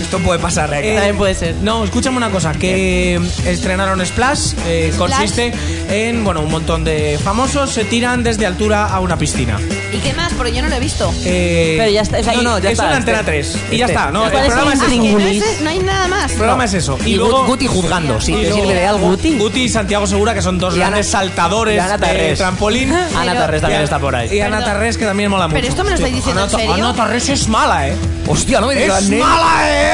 [SPEAKER 3] esto puede pasar, ¿eh?
[SPEAKER 11] También puede ser.
[SPEAKER 3] No, escúchame una cosa, que estrenaron Splash, eh, consiste en, bueno, un montón de famosos se tiran desde altura a una piscina.
[SPEAKER 4] ¿Y qué más? Porque yo no lo he visto.
[SPEAKER 3] Eh,
[SPEAKER 11] Pero ya está, es ahí.
[SPEAKER 3] no, no,
[SPEAKER 11] ya
[SPEAKER 3] es
[SPEAKER 11] está,
[SPEAKER 3] una
[SPEAKER 11] este.
[SPEAKER 3] antena 3. Y ya
[SPEAKER 11] Este.
[SPEAKER 3] está, ¿no? El
[SPEAKER 11] ¿Cuál es
[SPEAKER 3] programa
[SPEAKER 11] el
[SPEAKER 3] es
[SPEAKER 4] Ah,
[SPEAKER 3] eso.
[SPEAKER 4] que no, es, no hay nada más.
[SPEAKER 3] El programa es eso.
[SPEAKER 5] Y Gut- Guti juzgando, si
[SPEAKER 3] y
[SPEAKER 5] te
[SPEAKER 3] luego
[SPEAKER 5] sirve de algo.
[SPEAKER 3] Guti. Guti y Santiago Segura, que son dos
[SPEAKER 5] Y Ana-
[SPEAKER 3] grandes saltadores
[SPEAKER 5] y Ana
[SPEAKER 3] de
[SPEAKER 5] Tarrés.
[SPEAKER 3] trampolín.
[SPEAKER 5] Ana Tarrés también
[SPEAKER 3] Y-
[SPEAKER 5] está por ahí.
[SPEAKER 3] Y Ana
[SPEAKER 5] Perdón.
[SPEAKER 3] Tarrés, que también mola mucho.
[SPEAKER 4] Pero esto me lo estáis
[SPEAKER 3] Sí.
[SPEAKER 4] diciendo en
[SPEAKER 3] Ana Ta-
[SPEAKER 4] serio.
[SPEAKER 3] Ana Tarrés es mala, ¿eh?
[SPEAKER 5] Hostia, no me digas,
[SPEAKER 3] ¡Es
[SPEAKER 5] nene.
[SPEAKER 3] mala, eh!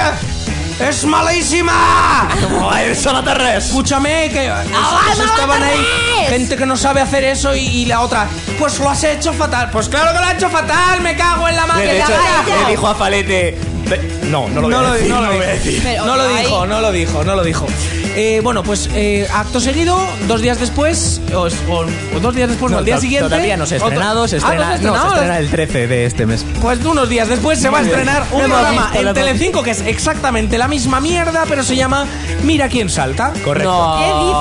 [SPEAKER 3] ¡Es malísima!
[SPEAKER 5] Joder, es Ana Tarrés.
[SPEAKER 3] Escúchame, que
[SPEAKER 4] Ah,
[SPEAKER 3] pues, esos estaban ahí gente que no sabe hacer eso y, y la otra, pues lo has hecho fatal. Pues claro que lo has hecho fatal, me cago en la madre.
[SPEAKER 5] De
[SPEAKER 3] que
[SPEAKER 5] hecho,
[SPEAKER 3] la haya.
[SPEAKER 5] le dijo a Falete. "Ve- No, no lo voy
[SPEAKER 3] No
[SPEAKER 5] a
[SPEAKER 3] lo di-
[SPEAKER 5] decir.
[SPEAKER 3] no lo
[SPEAKER 5] voy a
[SPEAKER 3] di-
[SPEAKER 5] decir.
[SPEAKER 3] No lo dijo, no lo dijo, no lo dijo. Eh, bueno, pues eh, acto seguido, dos días después, o, o- o dos días después, no,
[SPEAKER 5] No,
[SPEAKER 3] al día
[SPEAKER 5] to-
[SPEAKER 3] siguiente.
[SPEAKER 5] Todavía no se ha
[SPEAKER 3] otro-
[SPEAKER 5] estrenado, se
[SPEAKER 3] Ah,
[SPEAKER 5] estrena,
[SPEAKER 3] no se ha
[SPEAKER 5] no, se
[SPEAKER 3] estrenado.
[SPEAKER 5] estrena el 13 de este mes.
[SPEAKER 3] Pues unos días después se va a
[SPEAKER 5] Muy bien.
[SPEAKER 3] estrenar
[SPEAKER 5] Lo
[SPEAKER 3] un
[SPEAKER 5] hemos
[SPEAKER 3] programa
[SPEAKER 5] visto, lo
[SPEAKER 3] en
[SPEAKER 5] hemos
[SPEAKER 3] Telecinco que es exactamente la misma mierda, pero se llama Mira quién salta.
[SPEAKER 5] Correcto.
[SPEAKER 11] No,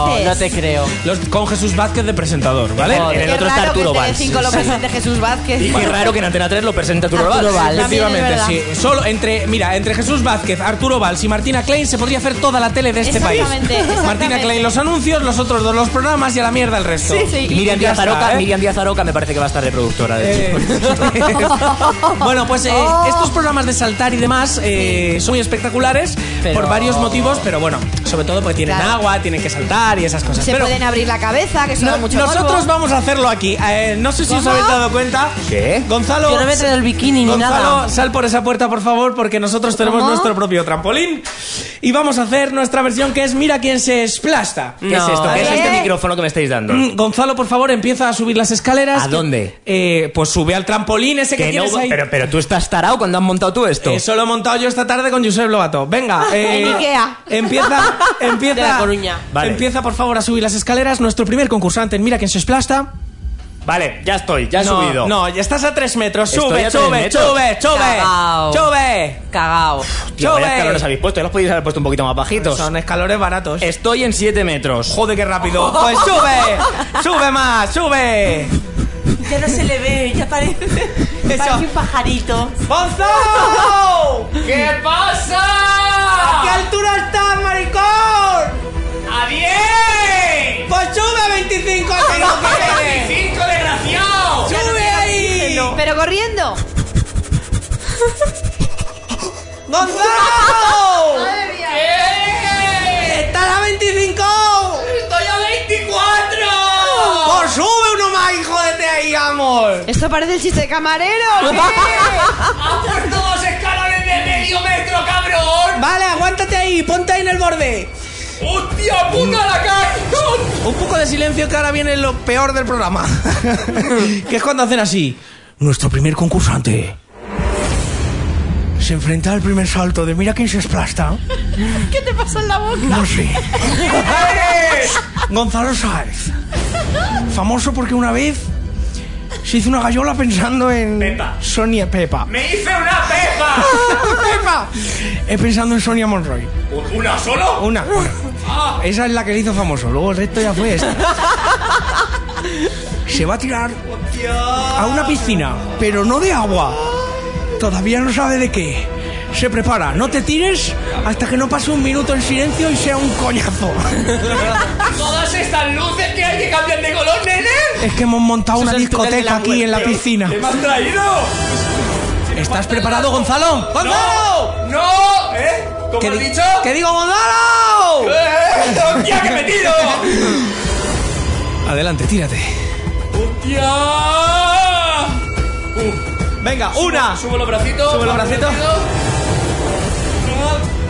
[SPEAKER 4] ¿Qué dices?
[SPEAKER 11] No te creo.
[SPEAKER 3] Los- con Jesús Vázquez de presentador, ¿vale?
[SPEAKER 5] Joder.
[SPEAKER 3] En el
[SPEAKER 4] Qué
[SPEAKER 3] otro
[SPEAKER 4] raro
[SPEAKER 3] está Arturo
[SPEAKER 4] que en
[SPEAKER 3] Valls.
[SPEAKER 4] Telecinco lo presente Jesús Vázquez.
[SPEAKER 5] Y qué raro que en Antena 3 lo presente Arturo
[SPEAKER 11] Arturo
[SPEAKER 5] Valls.
[SPEAKER 11] Valls.
[SPEAKER 3] Efectivamente,
[SPEAKER 4] También
[SPEAKER 3] sí.
[SPEAKER 4] es
[SPEAKER 3] Solo entre, mira, entre Jesús Vázquez, Arturo Valls y Martina Klein se podría hacer toda la tele de este país.
[SPEAKER 4] Exactamente, exactamente.
[SPEAKER 3] (laughs) Martina Klein los anuncios, los otros dos los programas y a la mierda el resto.
[SPEAKER 4] Sí, sí.
[SPEAKER 5] Y Miriam
[SPEAKER 3] Ya
[SPEAKER 5] Díaz
[SPEAKER 3] está,
[SPEAKER 5] Aroca,
[SPEAKER 3] ¿eh?
[SPEAKER 5] Miriam
[SPEAKER 3] (laughs)
[SPEAKER 5] Díaz Aroca me parece que va a estar de productora de hecho.
[SPEAKER 3] Bueno, pues eh,
[SPEAKER 4] Oh.
[SPEAKER 3] estos programas de saltar y demás eh, son muy espectaculares
[SPEAKER 11] Pero-
[SPEAKER 3] por varios motivos, pero bueno, sobre todo porque tienen
[SPEAKER 4] Claro.
[SPEAKER 3] agua, tienen que saltar y esas cosas.
[SPEAKER 4] Se
[SPEAKER 3] pero
[SPEAKER 4] pueden abrir la cabeza, que eso
[SPEAKER 3] no-
[SPEAKER 4] da mucho
[SPEAKER 3] nosotros
[SPEAKER 4] morbo.
[SPEAKER 3] vamos a hacerlo aquí. Eh, no sé si os
[SPEAKER 4] ¿Cómo?
[SPEAKER 3] habéis dado cuenta.
[SPEAKER 5] ¿Qué?
[SPEAKER 3] Gonzalo.
[SPEAKER 11] Yo no me he traído el bikini ni
[SPEAKER 3] Gonzalo,
[SPEAKER 11] nada.
[SPEAKER 3] sal por esa puerta, por favor, porque nosotros tenemos
[SPEAKER 11] ¿Cómo?
[SPEAKER 3] nuestro propio trampolín. Y vamos a hacer nuestra versión que es Mira quién se esplasta.
[SPEAKER 5] (laughs) ¿Qué es esto? ¿Qué es
[SPEAKER 3] ¿Eh?
[SPEAKER 5] este micrófono que me estáis dando?
[SPEAKER 3] Mm, Gonzalo, por favor, empieza a subir las escaleras.
[SPEAKER 5] ¿A dónde?
[SPEAKER 3] Eh, pues sube al trampolín ese que,
[SPEAKER 5] Que no-
[SPEAKER 3] tienes ahí.
[SPEAKER 5] pero, pero tú estás tarao cuando han montado tú esto.
[SPEAKER 3] Eso lo he montado yo esta tarde con Josep
[SPEAKER 11] (laughs)
[SPEAKER 3] Lobato. Venga, eh,
[SPEAKER 4] En Ikea.
[SPEAKER 3] Empieza, empieza.
[SPEAKER 11] De La Coruña.
[SPEAKER 5] Vale.
[SPEAKER 3] Empieza, por favor, a subir las escaleras. Nuestro primer concursante en Mira quién se esplasta.
[SPEAKER 5] Vale, ya estoy, ya he
[SPEAKER 3] no,
[SPEAKER 5] subido.
[SPEAKER 3] No, ya estás a tres metros.
[SPEAKER 5] Estoy
[SPEAKER 3] Sube,
[SPEAKER 5] a tres
[SPEAKER 3] sube,
[SPEAKER 5] metros.
[SPEAKER 3] sube,
[SPEAKER 11] Cagao.
[SPEAKER 3] sube, sube.
[SPEAKER 11] Cagao.
[SPEAKER 5] Tío, vaya
[SPEAKER 3] sube.
[SPEAKER 5] escalones habéis puesto, ya los podíais haber puesto un poquito más bajitos.
[SPEAKER 3] Son escalones baratos.
[SPEAKER 5] Estoy en 7 metros.
[SPEAKER 3] Joder,
[SPEAKER 11] (laughs)
[SPEAKER 3] qué rápido. Pues sube, sube más, sube.
[SPEAKER 11] Ya no se le ve, ya
[SPEAKER 4] (laughs)
[SPEAKER 11] parece.
[SPEAKER 3] parece un
[SPEAKER 11] pajarito.
[SPEAKER 5] (laughs)
[SPEAKER 3] ¡Gonzalo!
[SPEAKER 23] ¿Qué pasa?
[SPEAKER 3] ¿A qué altura estás, maricón?
[SPEAKER 23] ¡A 10!
[SPEAKER 3] Pues sube a 25, que es lo que quieres.
[SPEAKER 23] ¡25, desgraciado!
[SPEAKER 3] ¡Sube ahí!
[SPEAKER 4] Pero corriendo.
[SPEAKER 3] ¡Gonzalo!
[SPEAKER 23] ¡Eh!
[SPEAKER 3] ¡Estás a 25!
[SPEAKER 23] ¡Estoy a 24!
[SPEAKER 3] ¡Pues sube uno más, hijo de te ahí, amor!
[SPEAKER 4] Esto parece el chiste de camarero.
[SPEAKER 23] ¡Ha puesto dos escalones de medio metro, cabrón!
[SPEAKER 3] Vale, aguántate ahí, ponte ahí en el borde.
[SPEAKER 23] ¡Hostia puta la cactus!
[SPEAKER 3] Un poco de silencio que ahora viene lo peor
[SPEAKER 26] (laughs)
[SPEAKER 3] del programa. que es cuando hacen así. Nuestro primer concursante
[SPEAKER 26] se enfrenta al primer salto de mira quién se esplasta.
[SPEAKER 2] ¿Qué te pasa en la boca?
[SPEAKER 26] No
[SPEAKER 2] (laughs)
[SPEAKER 26] sé. Gonzalo Sáez. Famoso porque una vez se hizo una gallola pensando en Sonia Pepa.
[SPEAKER 23] ¡Me hice una pepa!
[SPEAKER 26] (laughs) ¡Pepa! Eh, pensando en Sonia Monroy.
[SPEAKER 23] ¿Una Ah. solo?
[SPEAKER 26] Una. Esa es la que le hizo famoso. Luego el resto ya fue esta. Se va a tirar a una piscina, pero no de agua. Todavía no sabe de qué. Se prepara, no te tires hasta que no pase un minuto en silencio y sea un coñazo.
[SPEAKER 23] Todas estas luces que hay que cambiar de color, nene.
[SPEAKER 26] Es que hemos montado
[SPEAKER 23] Eso
[SPEAKER 26] una
[SPEAKER 23] es el túnel de
[SPEAKER 26] discoteca
[SPEAKER 23] la
[SPEAKER 26] aquí en la
[SPEAKER 23] muerte.
[SPEAKER 26] piscina.
[SPEAKER 23] ¿Qué me has traído?
[SPEAKER 26] ¿Estás preparado, Gonzalo? ¡Gonzalo!
[SPEAKER 23] ¡No! ¿Eh? ¿Cómo
[SPEAKER 26] ¿Qué
[SPEAKER 23] has
[SPEAKER 26] di-
[SPEAKER 23] dicho?
[SPEAKER 26] ¿Qué digo, Gonzalo?
[SPEAKER 23] ¡Eh! ¡Hostia, que he metido!
[SPEAKER 26] Adelante, tírate.
[SPEAKER 23] ¡Hostia!
[SPEAKER 3] Venga,
[SPEAKER 23] una. Ah. Subo, los bracitos.
[SPEAKER 3] Subo los bracitos.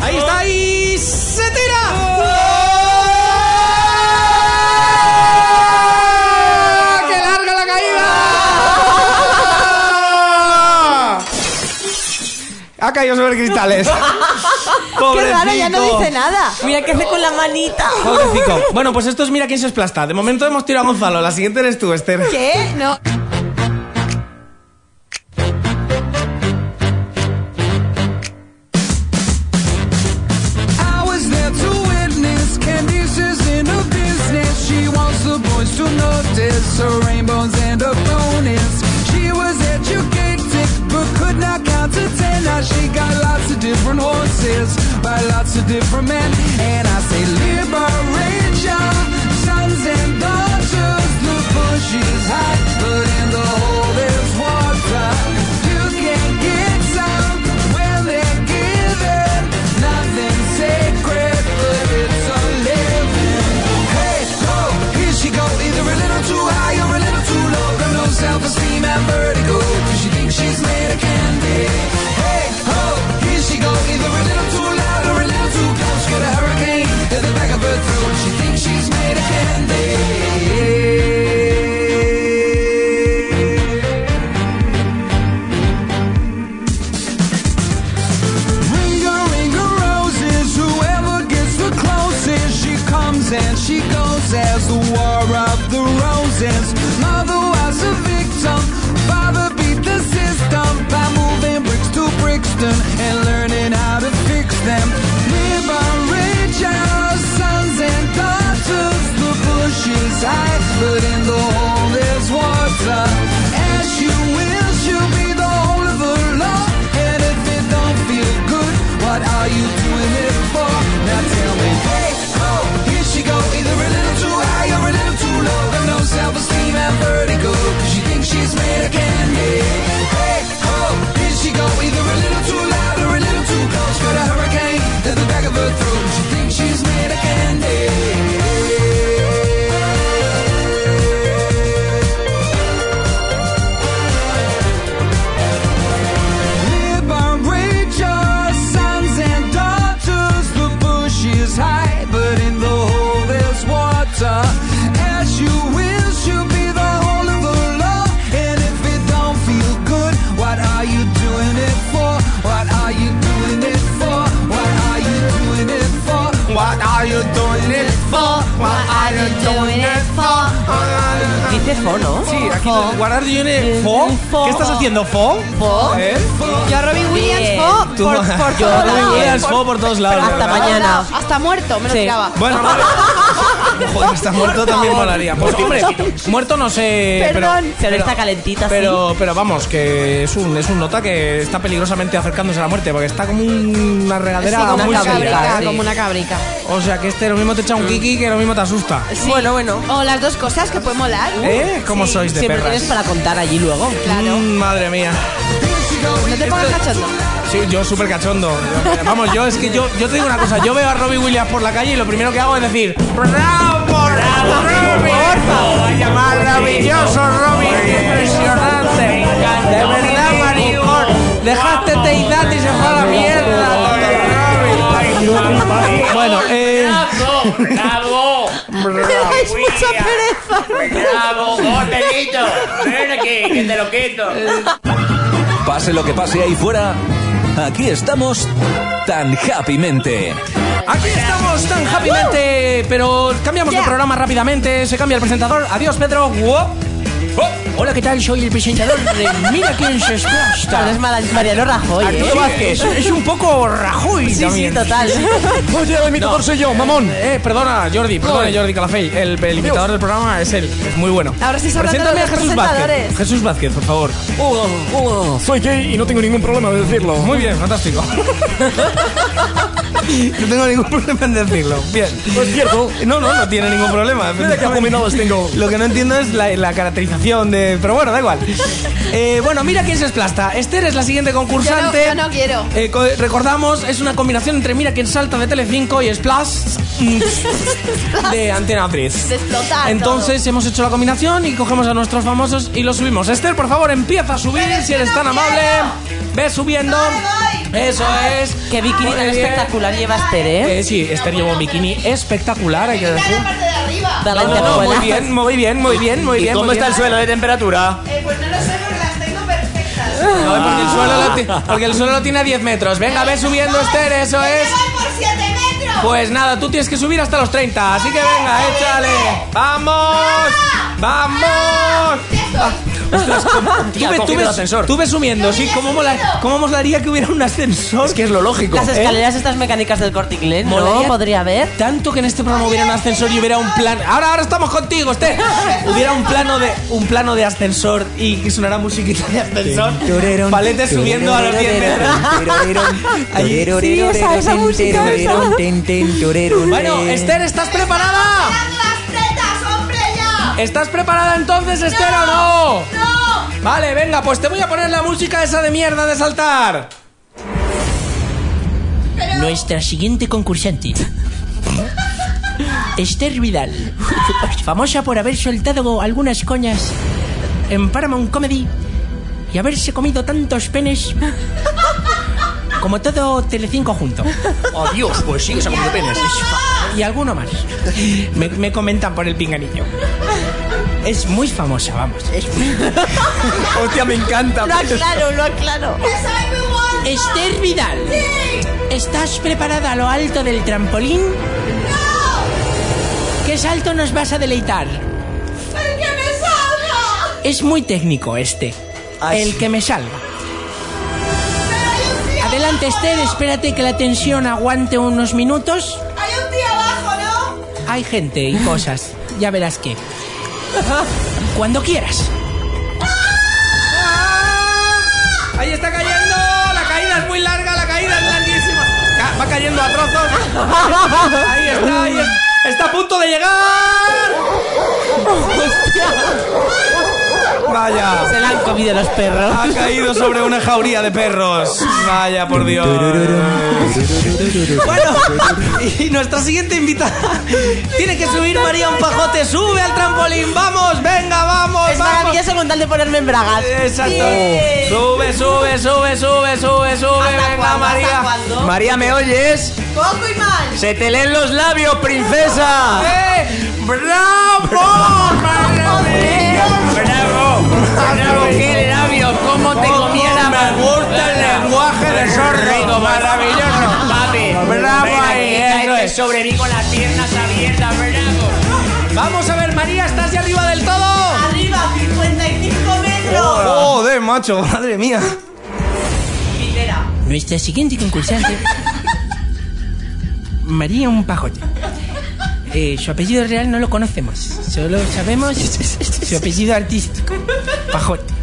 [SPEAKER 23] Ahí
[SPEAKER 3] está, ahí se
[SPEAKER 11] ¡Ah,
[SPEAKER 23] tira.
[SPEAKER 3] ¡Qué larga la
[SPEAKER 23] caída!
[SPEAKER 3] Ha caído sobre cristales.
[SPEAKER 11] Qué raro, ya no
[SPEAKER 3] Pobrecito.
[SPEAKER 11] dice nada. Mira qué hace con la manita.
[SPEAKER 3] (laughs) Pobrecito. Bueno, pues esto es Mira quién se esplasta. De momento hemos tirado a Gonzalo. La siguiente eres tú, (laughs) Esther.
[SPEAKER 11] ¿Qué? No.
[SPEAKER 7] I was there to witness Candice is in her business. She wants the boys to notice her rainbows and her bonus. She was educated but could not count to ten. Now she got lots of different horses by lots of different men. And I say, liberation, sons and daughters. The bush is hot, but in the hole there's water. You can get some when they're given. Nothing sacred, but it's a living. Hey, go, here she go. Either a little too high or a little too low. Got no self-esteem and vertigo. 'cause she thinks she's made of candy. Hey, ho, here she go. Either a little too loud or a little too close. Got a hurricane at the back of her throat. She thinks she's made of candy. Ring a ring of roses, whoever gets the closest, she comes and she goes as the war of the roses. Mother was a victim, father beat the system by moving bricks to Brixton and learning how to fix them. Liberate your sons and daughters, the bush is high, but in the hole there's water. As you will, she'll be the whole of her love. And if it don't feel good, what are you doing it for? Now tell me, hey, ho, here she go. Either a little too high or a little too low. Got no self-esteem and vertigo. 'cause she thinks she's made of candy. Hey, ho, here she go. Either a little too loud or a little too close. Got a hurricane at the back of her throat. She thinks she's made of candy. Liberate your sons and daughters. The bush is high, but in the hole there's water. As you wish, you'll be the whole of the law. And if it don't feel good, what are you doing it for? What are you doing it for? What are you doing it for? What are you doing it for? What are you doing it for?
[SPEAKER 11] Dice fo, ¿no?
[SPEAKER 3] Sí, aquí guardar guiones. ¿Fo? ¿Qué estás haciendo, Fo?
[SPEAKER 11] Fo.
[SPEAKER 3] ¿Eh?
[SPEAKER 4] Yo a Robin Williams,
[SPEAKER 11] Bien.
[SPEAKER 4] fo,
[SPEAKER 3] Tú-
[SPEAKER 4] por, por
[SPEAKER 3] Yo
[SPEAKER 4] todos
[SPEAKER 3] Robin
[SPEAKER 4] lados.
[SPEAKER 3] Williams, fo por todos lados.
[SPEAKER 4] Hasta
[SPEAKER 3] ¿verdad?
[SPEAKER 4] mañana. Hasta muerto, me lo tiraba.
[SPEAKER 3] Bueno,
[SPEAKER 11] (laughs)
[SPEAKER 4] (laughs)
[SPEAKER 3] vale. Joder, está muerto también molaría. Pues hombre, muerto no sé.
[SPEAKER 11] Perdón.
[SPEAKER 3] Eh, pero,
[SPEAKER 11] Se le está
[SPEAKER 4] ¿Ah,
[SPEAKER 11] calentita,
[SPEAKER 3] Pero, pero vamos, que es un, es un nota que está peligrosamente acercándose a la muerte, porque está como una regadera
[SPEAKER 4] Sí, como
[SPEAKER 3] muy ¿eh?
[SPEAKER 4] una
[SPEAKER 3] seria,
[SPEAKER 4] cabrica,
[SPEAKER 3] sí.
[SPEAKER 4] como una cabrica.
[SPEAKER 3] O sea que este lo mismo te echa un kiki que lo mismo te asusta.
[SPEAKER 4] Bueno, bueno. O las dos cosas que pueden molar.
[SPEAKER 3] ¿Eh? ¿Cómo
[SPEAKER 4] Sí.
[SPEAKER 3] sois de
[SPEAKER 11] Siempre
[SPEAKER 3] perras?
[SPEAKER 11] tienes para contar allí luego.
[SPEAKER 3] Claro. Mm, madre mía.
[SPEAKER 4] No te pongas cachondo.
[SPEAKER 3] Sí, yo súper cachondo. Vamos, yo es que yo, yo te digo una cosa, yo veo a Robbie Williams por la calle y lo primero que hago es decir, ¡Bravo, bravo, Robbie! ¡Vaya maravilloso, Robbie! ¡Impresionante! ¡De verdad, maricón! ¡Dejaste Teidad y se fue a la mierda! Bueno, eh...
[SPEAKER 23] ¡Bravo! ¡Bravo!
[SPEAKER 4] dais mucha pereza.
[SPEAKER 23] ¡Bravo! ¡Gordonito!
[SPEAKER 11] Eh,
[SPEAKER 23] ¡Ven aquí, que te lo quito!
[SPEAKER 1] Pase lo que pase ahí fuera, Aquí estamos tan happymente.
[SPEAKER 3] Aquí estamos tan happymente, pero cambiamos de programa rápidamente. Se cambia el presentador. Adiós, Pedro. Guop. Oh. Hola, ¿qué tal? Soy el presentador de Mira quién se esplasta.
[SPEAKER 11] Eres Mara- Mariano Rajoy,
[SPEAKER 3] Arturo
[SPEAKER 11] ¿eh?
[SPEAKER 3] Vázquez. Es un poco Rajoy
[SPEAKER 11] Sí, sí,
[SPEAKER 3] también.
[SPEAKER 11] total.
[SPEAKER 3] (laughs) Oye, el imitador soy yo, mamón. Eh, perdona, Jordi, perdona,
[SPEAKER 5] Joder.
[SPEAKER 3] Jordi Calafey. El, el imitador del programa es él. Es muy bueno.
[SPEAKER 5] Ahora sí se habla de
[SPEAKER 3] Preséntame a
[SPEAKER 5] los
[SPEAKER 3] Jesús Vázquez.
[SPEAKER 5] presentadores.
[SPEAKER 3] Jesús Vázquez, por favor.
[SPEAKER 5] Hola, hola, soy gay y no tengo ningún problema de decirlo.
[SPEAKER 3] Muy bien, (laughs) fantástico.
[SPEAKER 26] No tengo ningún problema en decirlo. Bien.
[SPEAKER 3] No es cierto.
[SPEAKER 26] No, no, no tiene ningún problema.
[SPEAKER 3] Mira qué abominables tengo.
[SPEAKER 26] Lo que no entiendo es la, la caracterización de. Pero bueno, da igual.
[SPEAKER 3] Eh, bueno, mira quién se esplasta. Esther es la siguiente concursante.
[SPEAKER 4] Yo no, yo no quiero.
[SPEAKER 3] Eh, co- recordamos, es una combinación entre Mira quién salta de Telecinco y Splash
[SPEAKER 4] (laughs)
[SPEAKER 3] mm, de Antena 3.
[SPEAKER 4] De explotar
[SPEAKER 3] Entonces hemos hecho la combinación y cogemos a nuestros famosos y los subimos. Esther, por favor, empieza a subir si eres tan amable. Ve subiendo. Eso es.
[SPEAKER 11] Qué bikini tan
[SPEAKER 3] Muy bien.
[SPEAKER 11] espectacular lleva Esther, ¿eh?
[SPEAKER 3] Eh, sí, Esther lleva un bikini espectacular, hay que decir.
[SPEAKER 11] Da la
[SPEAKER 3] No, no, no, muy
[SPEAKER 11] enhorabuena.
[SPEAKER 3] bien, muy bien, muy bien, muy
[SPEAKER 5] ¿Y
[SPEAKER 3] bien.
[SPEAKER 5] cómo
[SPEAKER 3] muy
[SPEAKER 5] está
[SPEAKER 3] bien.
[SPEAKER 5] el suelo de temperatura?
[SPEAKER 11] Pues
[SPEAKER 3] No, porque el suelo lo ti- porque el suelo lo tiene a 10 metros. Venga, ve subiendo, Esther, eso es. Pues nada, tú tienes que subir hasta los 30, así que venga, échale. ¡Vamos!
[SPEAKER 11] Ah,
[SPEAKER 3] ¡Vamos! Ah, Ostras,
[SPEAKER 11] (laughs)
[SPEAKER 3] cómo-
[SPEAKER 5] Tía, ha cogido el ascensor.
[SPEAKER 3] tú ves subiendo, sí, ¿cómo, mola, ¿cómo molaría que hubiera un ascensor? Es que es lo lógico. ¿eh?
[SPEAKER 11] Las escaleras estas mecánicas del Corte Inglés, ¿no?
[SPEAKER 3] Molaría
[SPEAKER 11] Podría haber.
[SPEAKER 3] Tanto que en este programa hubiera un ascensor y hubiera un plan. Ahora, ahora estamos contigo,
[SPEAKER 11] (laughs)
[SPEAKER 3] Esther. Hubiera un plano de un plano de ascensor y que sonara musiquita de ascensor. Palete subiendo a los 10 metros. Allí-
[SPEAKER 10] Sí, esa, esa música, esa.
[SPEAKER 3] Bueno, Esther, Eh. ¿estás preparada? ¿Estás preparada entonces, Esther, o no? No. Vale, venga, pues te voy a poner la música esa de mierda de saltar.
[SPEAKER 13] Nuestra siguiente
[SPEAKER 3] (laughs)
[SPEAKER 13] concursante. Esther Vidal. Famosa por haber soltado algunas coñas en Paramount Comedy y haberse comido tantos penes como todo Telecinco junto.
[SPEAKER 3] Oh,
[SPEAKER 5] Adiós, pues sí, se ha comido penes.
[SPEAKER 13] Y alguno más. Me, me comentan por el pinganillo. Es muy famosa, vamos. Es
[SPEAKER 3] (laughs)
[SPEAKER 5] Hostia, me encanta.
[SPEAKER 13] Lo aclaro,
[SPEAKER 11] lo aclaro.
[SPEAKER 13] Esther Vidal. ¿Estás preparada a lo alto del trampolín? ¡No! ¿Qué salto nos vas a deleitar? Es muy técnico este.
[SPEAKER 3] Ah,
[SPEAKER 13] El que me salga. Adelante, Esther, espérate que la tensión aguante unos minutos.
[SPEAKER 23] Hay un tío abajo, ¿no?
[SPEAKER 13] Hay gente y cosas. Ya verás que. Cuando quieras.
[SPEAKER 3] (laughs) Ahí está cayendo. La caída es muy larga, la caída es larguísima. Ca- Ah, va cayendo a trozos. (laughs) Ahí está, ahí está. Está a punto de llegar.
[SPEAKER 26] Vaya.
[SPEAKER 11] Se la han comido los perros.
[SPEAKER 26] Ha caído sobre una jauría de perros. Vaya, por Dios.
[SPEAKER 5] (laughs)
[SPEAKER 7] (laughs)
[SPEAKER 3] Bueno, y nuestra siguiente invitada tiene que subir María un pajote. Sube al trampolín, vamos, venga, vamos.
[SPEAKER 11] Es
[SPEAKER 3] vamos.
[SPEAKER 11] maravilloso con tal de ponerme en bragas.
[SPEAKER 3] Exacto. Sube, sube, sube, sube, sube, sube. Venga, María.
[SPEAKER 5] María, ¿me oyes?
[SPEAKER 4] Poco y mal.
[SPEAKER 5] Se te leen los labios, princesa.
[SPEAKER 3] ¡Eh! ¡Bravo!
[SPEAKER 5] ¡Bravo! ¡Bravo! ¡Qué labios! ¡Cómo
[SPEAKER 3] Oh,
[SPEAKER 5] te comiera más! ¡Me gusta el lenguaje de sordo! ¡Maravilloso! ¡Papi!
[SPEAKER 3] Bravo
[SPEAKER 5] ven
[SPEAKER 3] ahí, eh,
[SPEAKER 5] aquí,
[SPEAKER 3] eso
[SPEAKER 5] tráete
[SPEAKER 3] es.
[SPEAKER 5] este sobre mí con las piernas abiertas! ¡Bravo!
[SPEAKER 3] Vamos a ver, María, ¿estás ya arriba del todo?
[SPEAKER 11] Arriba, 55
[SPEAKER 26] Joder, macho, madre mía.
[SPEAKER 13] Nuestra siguiente concursante. María Un Pajote. Eh, su apellido real no lo conocemos. Solo sabemos su apellido artístico. Pajote.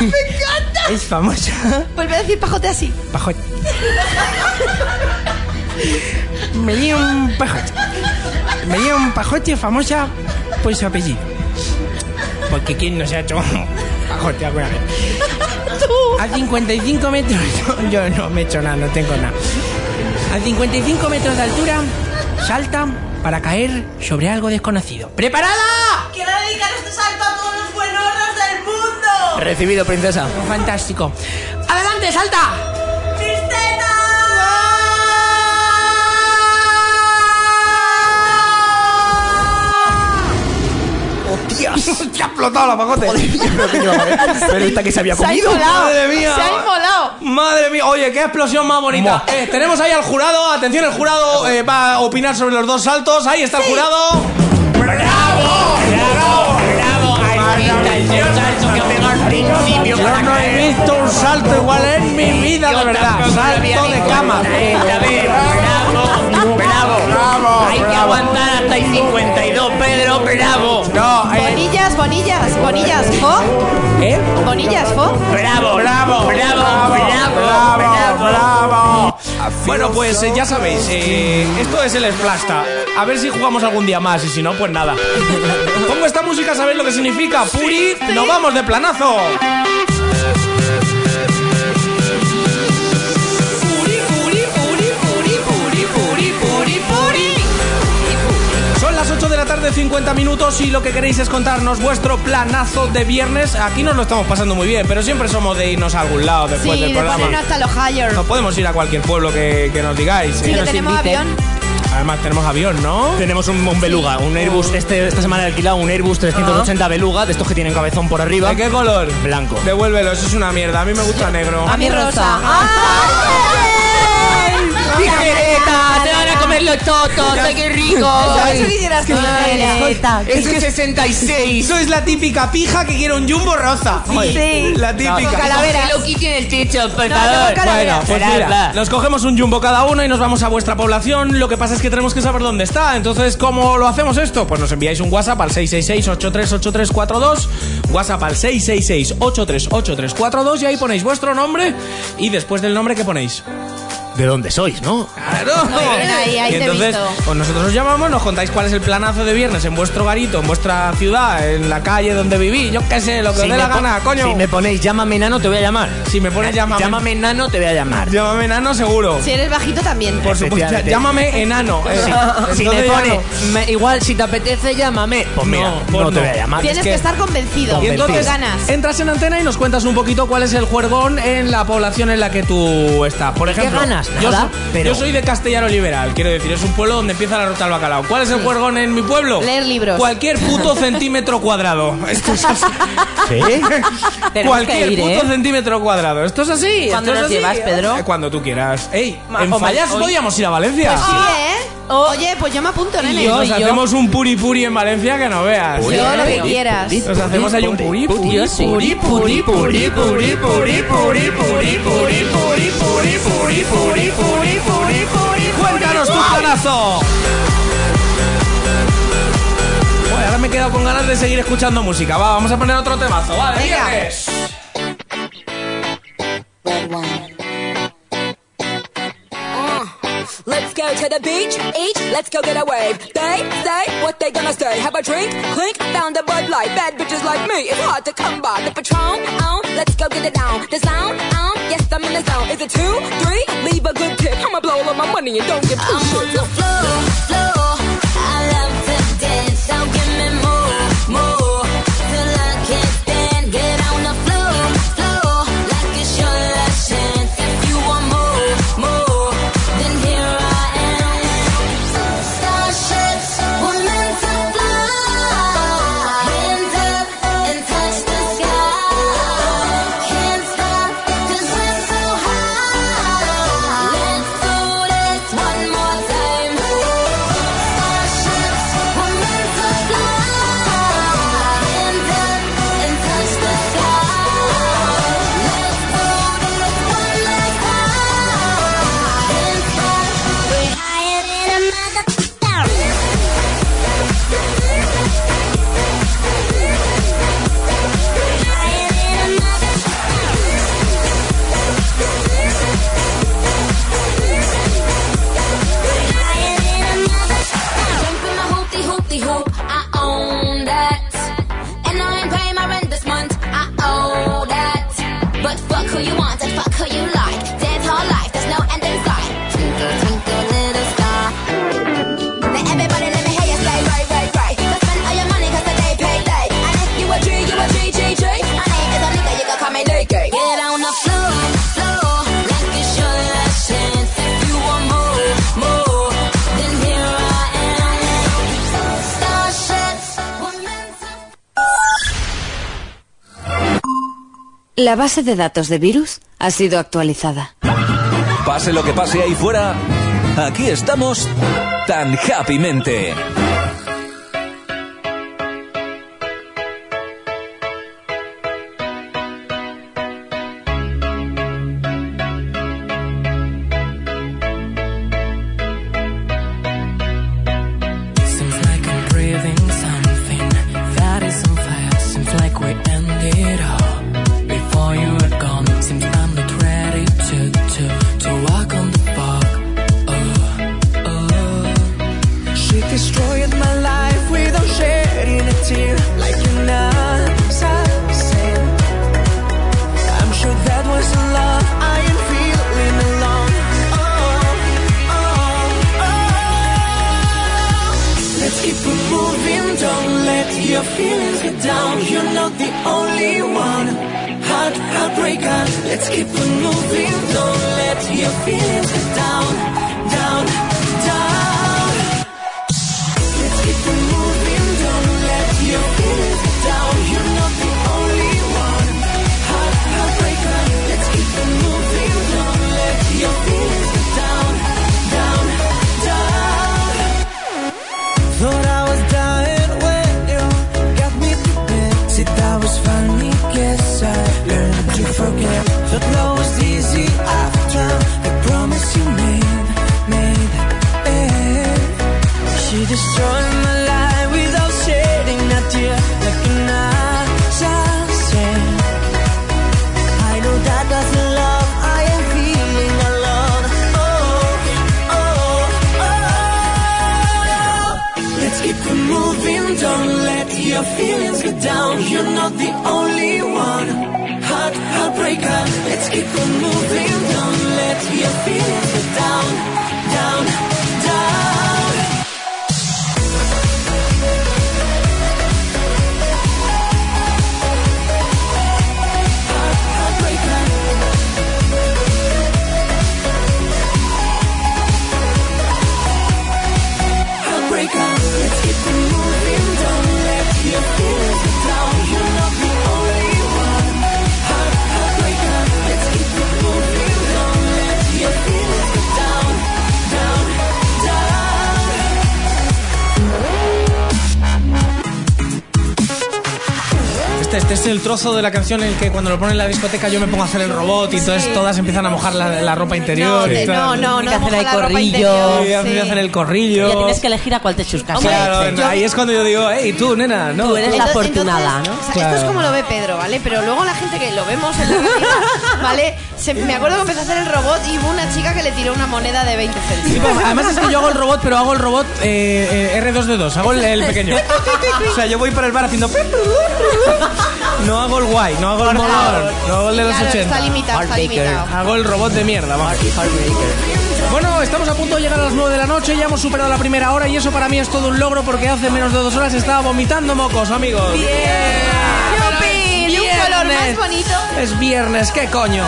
[SPEAKER 4] ¡Me encanta!
[SPEAKER 13] Es famosa.
[SPEAKER 4] Vuelve a decir pajote así.
[SPEAKER 13] Pajote. María Un Pajote. María Un Pajote famosa por su apellido. Porque quién no se ha hecho
[SPEAKER 3] Oh,
[SPEAKER 13] un pajote alguna vez. A 55 metros. (laughs) no, Yo no me he hecho nada, no tengo nada. A 55 metros de altura, salta para caer sobre algo desconocido.
[SPEAKER 11] ¡Preparada! Quiero dedicar este salto a todos los buenorros del mundo.
[SPEAKER 5] Recibido, princesa.
[SPEAKER 13] Fantástico. ¡Adelante, salta!
[SPEAKER 26] ¡Hostias!
[SPEAKER 3] (laughs)
[SPEAKER 26] ¡Te ha explotado la pagote!
[SPEAKER 4] eh.
[SPEAKER 5] Pero esta que se había
[SPEAKER 4] Se ha
[SPEAKER 5] comido.
[SPEAKER 4] inmolado.
[SPEAKER 26] ¡Madre mía!
[SPEAKER 4] Se ha inmolado.
[SPEAKER 26] ¡Madre
[SPEAKER 3] vi- Oye, qué explosión más bonita. Eh, tenemos ahí al jurado. Atención, el jurado eh, va a opinar sobre los dos saltos. Ahí está el jurado.
[SPEAKER 5] Yo no he visto un salto igual en mi vida, de verdad. Salto de cama. Esta vez, bravo, bravo, bravo. Hay que aguantar hasta el 52, Pedro, bravo. No,
[SPEAKER 4] Bonillas, bonillas, bonillas, fo.
[SPEAKER 3] ¿Eh?
[SPEAKER 4] Bonillas, fo.
[SPEAKER 5] Bravo, bravo, bravo, bravo, bravo, bravo.
[SPEAKER 3] Bueno, pues eh, ya sabéis, eh, esto es el Splasta. A ver si jugamos algún día más y si no, pues nada. Pongo esta música, ¿sabéis lo que significa? Puri, nos vamos de planazo. Son las 8 de la tarde, 50 minutos y lo que queréis es contarnos vuestro planazo de viernes. Aquí nos lo estamos pasando muy bien, pero siempre somos de irnos a algún lado después
[SPEAKER 4] Sí,
[SPEAKER 3] del
[SPEAKER 4] de
[SPEAKER 3] programa.
[SPEAKER 4] ponernos hasta los higher.
[SPEAKER 3] Nos podemos ir a cualquier pueblo que, que nos digáis.
[SPEAKER 4] Sí, que tenemos avión.
[SPEAKER 3] Además tenemos avión, ¿no?
[SPEAKER 12] Tenemos un, un Beluga, un Airbus. Este, esta semana he alquilado un Airbus 380 Beluga, de estos que tienen cabezón por arriba.
[SPEAKER 3] ¿De qué color?
[SPEAKER 12] Blanco.
[SPEAKER 3] Devuélvelo, eso es una mierda. A mí me gusta negro.
[SPEAKER 4] A mí rosa.
[SPEAKER 5] Tijereta, te van a comer los totos, ay, qué rico.
[SPEAKER 4] Eso quisieras que
[SPEAKER 5] Tijereta, Es que 66.
[SPEAKER 3] Eso es la típica pija que quiere un jumbo rosa.
[SPEAKER 5] Sí.
[SPEAKER 3] La típica.
[SPEAKER 5] Que lo quiten el techo, por
[SPEAKER 3] No,
[SPEAKER 5] favor.
[SPEAKER 3] Bueno, pues
[SPEAKER 5] Bla,
[SPEAKER 3] mira,
[SPEAKER 5] bla.
[SPEAKER 3] nos cogemos un jumbo cada uno y nos vamos a vuestra población. Lo que pasa es que tenemos que saber dónde está. Entonces, ¿cómo lo hacemos esto? Pues nos enviáis un WhatsApp al 666-838342. WhatsApp al 666-838342 y ahí ponéis vuestro nombre y después del nombre, ¿qué ponéis?
[SPEAKER 12] ¿De dónde sois, no?
[SPEAKER 3] Claro.
[SPEAKER 4] Muy bien, ahí, ahí
[SPEAKER 3] y
[SPEAKER 4] te he
[SPEAKER 3] entonces,
[SPEAKER 4] visto.
[SPEAKER 3] pues nosotros os llamamos, nos contáis cuál es el planazo de viernes en vuestro garito, en vuestra ciudad, en la calle donde vivís, yo qué sé, lo que os dé
[SPEAKER 12] me
[SPEAKER 3] la
[SPEAKER 12] po-
[SPEAKER 3] gana, coño.
[SPEAKER 12] Si me ponéis llámame nano, te voy a llamar.
[SPEAKER 3] Si me pones llámame-
[SPEAKER 12] Llámame nano, te voy a llamar.
[SPEAKER 3] Llámame enano seguro.
[SPEAKER 4] Si eres bajito también.
[SPEAKER 3] Por supuesto,
[SPEAKER 12] Efectivamente.
[SPEAKER 3] llámame enano.
[SPEAKER 4] (laughs)
[SPEAKER 3] eh.
[SPEAKER 12] Sí. Si me
[SPEAKER 3] Entonces ya
[SPEAKER 4] E.
[SPEAKER 12] pones,
[SPEAKER 3] no.
[SPEAKER 12] me- igual si te apetece, llámame. Pues mira, no,
[SPEAKER 3] No, pues
[SPEAKER 12] te
[SPEAKER 3] no.
[SPEAKER 12] voy a llamar.
[SPEAKER 4] Tienes
[SPEAKER 3] es
[SPEAKER 4] que
[SPEAKER 3] que-
[SPEAKER 4] estar convencido.
[SPEAKER 3] Y entonces
[SPEAKER 4] Con ganas.
[SPEAKER 3] entras en antena y nos cuentas un poquito cuál es el juergón en la población en la que tú estás. Por
[SPEAKER 12] ¿Y qué
[SPEAKER 3] ejemplo,
[SPEAKER 12] ganas?
[SPEAKER 3] Yo,
[SPEAKER 12] Nada,
[SPEAKER 3] soy-
[SPEAKER 12] pero-
[SPEAKER 3] yo soy de Castellano Liberal, quiero decir, es un pueblo donde empieza la ruta al bacalao. ¿Cuál es el juergón en mi pueblo?
[SPEAKER 4] Mm. Leer libros.
[SPEAKER 3] Cualquier
[SPEAKER 4] (laughs)
[SPEAKER 3] puto centímetro cuadrado. Esto es así.
[SPEAKER 4] que
[SPEAKER 3] Cualquier
[SPEAKER 4] ir,
[SPEAKER 3] puto
[SPEAKER 4] ¿eh?
[SPEAKER 3] centímetro cuadrado. Esto es así.
[SPEAKER 4] ¿Cuándo
[SPEAKER 3] esto es
[SPEAKER 4] nos
[SPEAKER 3] así.
[SPEAKER 4] llevas, Pedro?
[SPEAKER 3] Eh, Cuando tú quieras. Ey,
[SPEAKER 4] Ma-
[SPEAKER 3] en
[SPEAKER 4] o ma-
[SPEAKER 3] Fallas
[SPEAKER 4] hoy-
[SPEAKER 3] podíamos ir a Valencia.
[SPEAKER 4] Pues sí, ¿eh? Oye, pues yo me apunto, nene.
[SPEAKER 3] nos hacemos un puri puri en Valencia que no veas.
[SPEAKER 4] Yo lo que quieras.
[SPEAKER 3] Nos hacemos ahí un puri puri.
[SPEAKER 5] Yo sí. Puri, puri, puri, puri, puri, puri, puri, puri, puri, puri, puri, puri, puri, puri, puri.
[SPEAKER 3] ¡Cuéntanos tu planazo! Joder, ahora me he quedado con ganas de seguir escuchando música. Va, vamos a poner otro temazo. Vale,
[SPEAKER 5] Venga.
[SPEAKER 3] viernes.
[SPEAKER 14] Uh. Let's go to the beach, eat, let's go get a wave. They say what they gonna say. Have a drink, clink, found a Bud Light. Bad bitches like me, it's hard to come by. The Patron, on, let's go get it down. The sound, on, yes, I'm in the zone. Is it two, three? Leave a good tip. I'ma blow all of my money and don't give two shits. Let's do this one more time.
[SPEAKER 19] La base de datos de virus ha sido actualizada.
[SPEAKER 1] Pase lo que pase ahí fuera, aquí estamos tan happymente.
[SPEAKER 20] Seems like I'm breathing something that is on fire. Seems like we end it all before you are gone. Seems I'm not ready to to to walk on the fog. Oh, oh.
[SPEAKER 7] She destroyed my life without shedding a tear, like an assassin. I'm sure that was love. I am feeling alone. Oh, oh, oh. Let's keep it moving. Don't let your feelings get down. You're not the only one. Heart, heartbreaker. Let's keep it moving. Don't let your feelings get down, down, down. Let's keep it moving, don't let your feelings get down. You're not the only one. Heart, heartbreaker. Let's keep it moving, don't let your feelings get down, down, down. Thought I was dying when you got me prepared. Said I was funny, guess I learned to forget. Thought love was easy after the promise you made, made. Eh. She destroyed my life without shedding a tear, like an assassin. I know that doesn't love. I am feeling alone. Oh, oh, oh. Let's keep it moving. Don't let your feelings get down. You're not the only one. Heart, heartbreaker. Let's keep it moving. Don't let your feelings get down, down, down. Heartbreaker. Let's keep it moving. Don't let your feelings get down. You're not the only one. Heart, heartbreaker. Let's keep it moving. Don't let your feelings get down, down, down.
[SPEAKER 3] Este, este es el trozo de la canción en el que cuando lo ponen en la discoteca yo me pongo a hacer el robot y entonces todas empiezan a mojar la, la ropa interior.
[SPEAKER 4] No,
[SPEAKER 3] y
[SPEAKER 4] que
[SPEAKER 3] tal.
[SPEAKER 4] no, no, no. moja
[SPEAKER 3] Sí,
[SPEAKER 27] hacer ahí
[SPEAKER 4] la ropa
[SPEAKER 27] corrillo.
[SPEAKER 4] interior,
[SPEAKER 3] a mí me
[SPEAKER 4] sí.
[SPEAKER 3] hacen el corrillo.
[SPEAKER 27] Ya tienes que elegir a cuál te chuscas.
[SPEAKER 3] Claro,
[SPEAKER 27] Yo-
[SPEAKER 3] ahí es cuando yo digo, hey, tú, nena, no.
[SPEAKER 27] Tú eres la
[SPEAKER 4] Entonces-
[SPEAKER 27] afortunada, ¿no?
[SPEAKER 4] O sea,
[SPEAKER 3] Claro.
[SPEAKER 4] Esto es como lo ve Pedro, ¿vale? Pero luego la gente que lo vemos en la
[SPEAKER 3] (laughs)
[SPEAKER 4] realidad, ¿vale? Se- me acuerdo que empezó a hacer el robot y hubo una chica que le tiró una moneda de 20
[SPEAKER 3] Sí,
[SPEAKER 4] céntimos.
[SPEAKER 3] pues, además es que yo hago el robot, pero hago el robot eh, eh, R2D2, hago el, el pequeño. O sea, yo voy por el bar haciendo. No hago el guay, no hago el
[SPEAKER 4] Por
[SPEAKER 3] molón,
[SPEAKER 4] favor.
[SPEAKER 3] no hago el de los
[SPEAKER 4] Claro,
[SPEAKER 3] 80.
[SPEAKER 4] está limitado, está Heartbreaker. limitado.
[SPEAKER 3] Hago el robot de mierda, vamos. Ah, Bueno, estamos a punto de llegar a las 9 de la noche, ya hemos superado la primera hora y eso para mí es todo un logro porque hace menos de dos horas estaba vomitando mocos, amigos.
[SPEAKER 4] ¡Yupi! De un color más bonito.
[SPEAKER 3] Es viernes, ¿qué coño?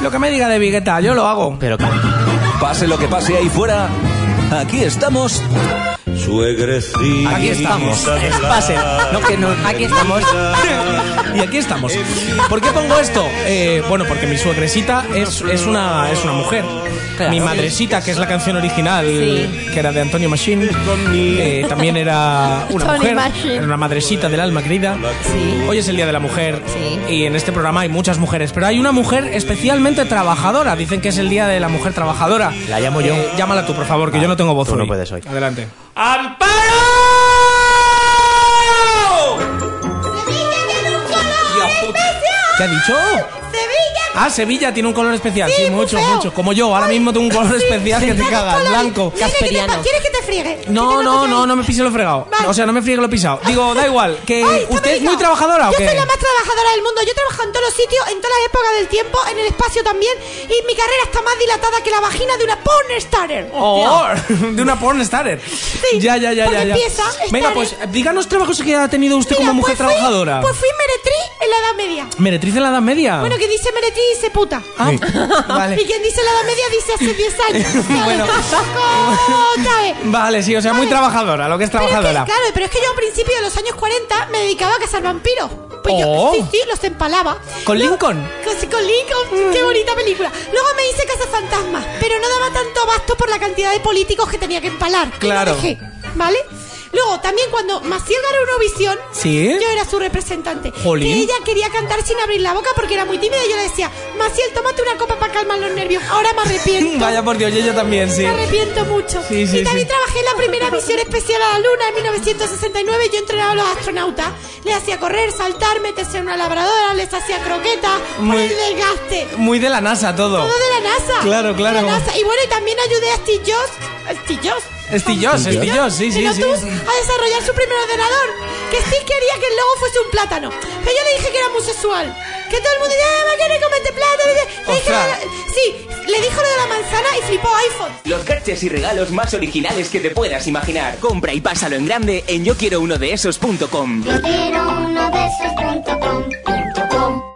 [SPEAKER 3] Lo que me diga de Vigueta, yo lo hago.
[SPEAKER 1] Pero pase lo que pase ahí fuera, aquí estamos.
[SPEAKER 3] Suegrecita. Aquí estamos. Es pase. No, que no. Aquí estamos. (laughs) Y aquí estamos. ¿Por qué pongo esto? Eh, bueno, porque mi suegresita es, es, una, es una mujer.
[SPEAKER 26] Claro.
[SPEAKER 3] Mi madresita, que es la canción original, que era de Antonio Machín, eh, también era una
[SPEAKER 26] Tony
[SPEAKER 3] mujer,
[SPEAKER 26] Machín.
[SPEAKER 3] era una madresita del alma querida. Hoy es el Día de la Mujer y en este programa hay muchas mujeres, pero hay una mujer especialmente trabajadora. Dicen que es el Día de la Mujer Trabajadora. La llamo yo. llámala tú, por favor, que yo no tengo voz.
[SPEAKER 26] tú no
[SPEAKER 3] puedes hoy. Adelante. ¿Qué ha dicho?
[SPEAKER 11] Sevilla.
[SPEAKER 3] Ah, Sevilla tiene un color especial. Sí, mucho,
[SPEAKER 11] feo.
[SPEAKER 3] mucho. Como yo, ahora mismo tengo un color especial que te cagas, blanco.
[SPEAKER 11] ¿Quieres que te friegue?
[SPEAKER 3] No, no, no, no me pise lo fregado. O sea, no me friegue lo pisado. Digo, da igual. Que ¿Usted es muy trabajadora o
[SPEAKER 11] Yo soy
[SPEAKER 3] qué?
[SPEAKER 11] la más trabajadora del mundo. Yo he trabajado en todos los sitios, en todas las épocas del tiempo, en el espacio también. Y mi carrera está más dilatada que la vagina de una porn starter.
[SPEAKER 3] Oh, (laughs) de una porn starter. ya, ya, ya, ya,
[SPEAKER 11] porque
[SPEAKER 3] ya.
[SPEAKER 11] empieza
[SPEAKER 3] Venga,
[SPEAKER 11] starter.
[SPEAKER 3] pues díganos trabajos que ha tenido usted como mujer
[SPEAKER 11] Pues fui-
[SPEAKER 3] trabajadora.
[SPEAKER 11] Pues fui meretriz en la Edad Media.
[SPEAKER 3] Meretriz en la Edad Media.
[SPEAKER 11] Bueno, que dice meretriz dice puta.
[SPEAKER 3] Sí. Ah, Vale.
[SPEAKER 11] Y quien dice la Edad Media dice hace 10
[SPEAKER 3] (laughs)
[SPEAKER 11] años. (laughs)
[SPEAKER 3] Bueno.
[SPEAKER 11] Co- Otra vez.
[SPEAKER 3] Vale, sí, o sea, muy trabajadora, lo que es
[SPEAKER 11] Pero es que,
[SPEAKER 3] trabajadora.
[SPEAKER 11] claro, pero es que yo a principios de los años 40 me dedicaba a cazar vampiros. Pues
[SPEAKER 3] Oh.
[SPEAKER 11] yo, sí, sí, los empalaba.
[SPEAKER 3] Con Lincoln.
[SPEAKER 11] Con, con Lincoln,
[SPEAKER 3] Mm.
[SPEAKER 11] qué bonita película. Luego me hice Casa Fantasma, pero no daba tanto abasto por la cantidad de políticos que tenía que empalar. Y
[SPEAKER 3] Claro.
[SPEAKER 11] lo dejé, ¿vale? Luego, también cuando Maciel ganó Eurovisión,
[SPEAKER 3] Sí.
[SPEAKER 11] yo era su representante.
[SPEAKER 3] Jolín.
[SPEAKER 11] Que ella quería cantar sin abrir la boca porque era muy tímida y yo le decía, Maciel, tómate una copa para calmar los nervios. Ahora me arrepiento.
[SPEAKER 3] (laughs) Vaya por Dios, yo, yo también, sí.
[SPEAKER 11] Me arrepiento mucho.
[SPEAKER 3] Sí, sí,
[SPEAKER 11] y también
[SPEAKER 3] sí.
[SPEAKER 11] trabajé en la primera misión especial a la Luna en 1969. Yo entrenaba a los astronautas. Les hacía correr, saltar, meterse en una labradora, les hacía croquetas por
[SPEAKER 3] Muy-
[SPEAKER 11] el desgaste.
[SPEAKER 3] Muy de la NASA
[SPEAKER 11] Todo
[SPEAKER 3] todo.
[SPEAKER 11] de la NASA.
[SPEAKER 3] Claro, claro.
[SPEAKER 11] De la NASA. Y bueno, y también ayudé a Steve Jobs. a Steve Jobs.
[SPEAKER 3] Estillos, estillos, sí, sí,
[SPEAKER 11] Pero
[SPEAKER 3] sí.
[SPEAKER 11] tú, a desarrollar su primer ordenador. Que sí quería que el logo fuese un plátano. Pero yo le dije que era muy sexual. Que todo el mundo decía, "Ah, ¿por qué no comete plátano? Le dije,
[SPEAKER 23] Ostras.
[SPEAKER 11] "Ah, sí, le dijo lo de la manzana y flipó iPhone.
[SPEAKER 23] Los caches y regalos más originales que te puedas imaginar. Compra y pásalo en grande en yo quiero uno de esos.com.
[SPEAKER 28] Yo quiero uno de esos punto com, punto com.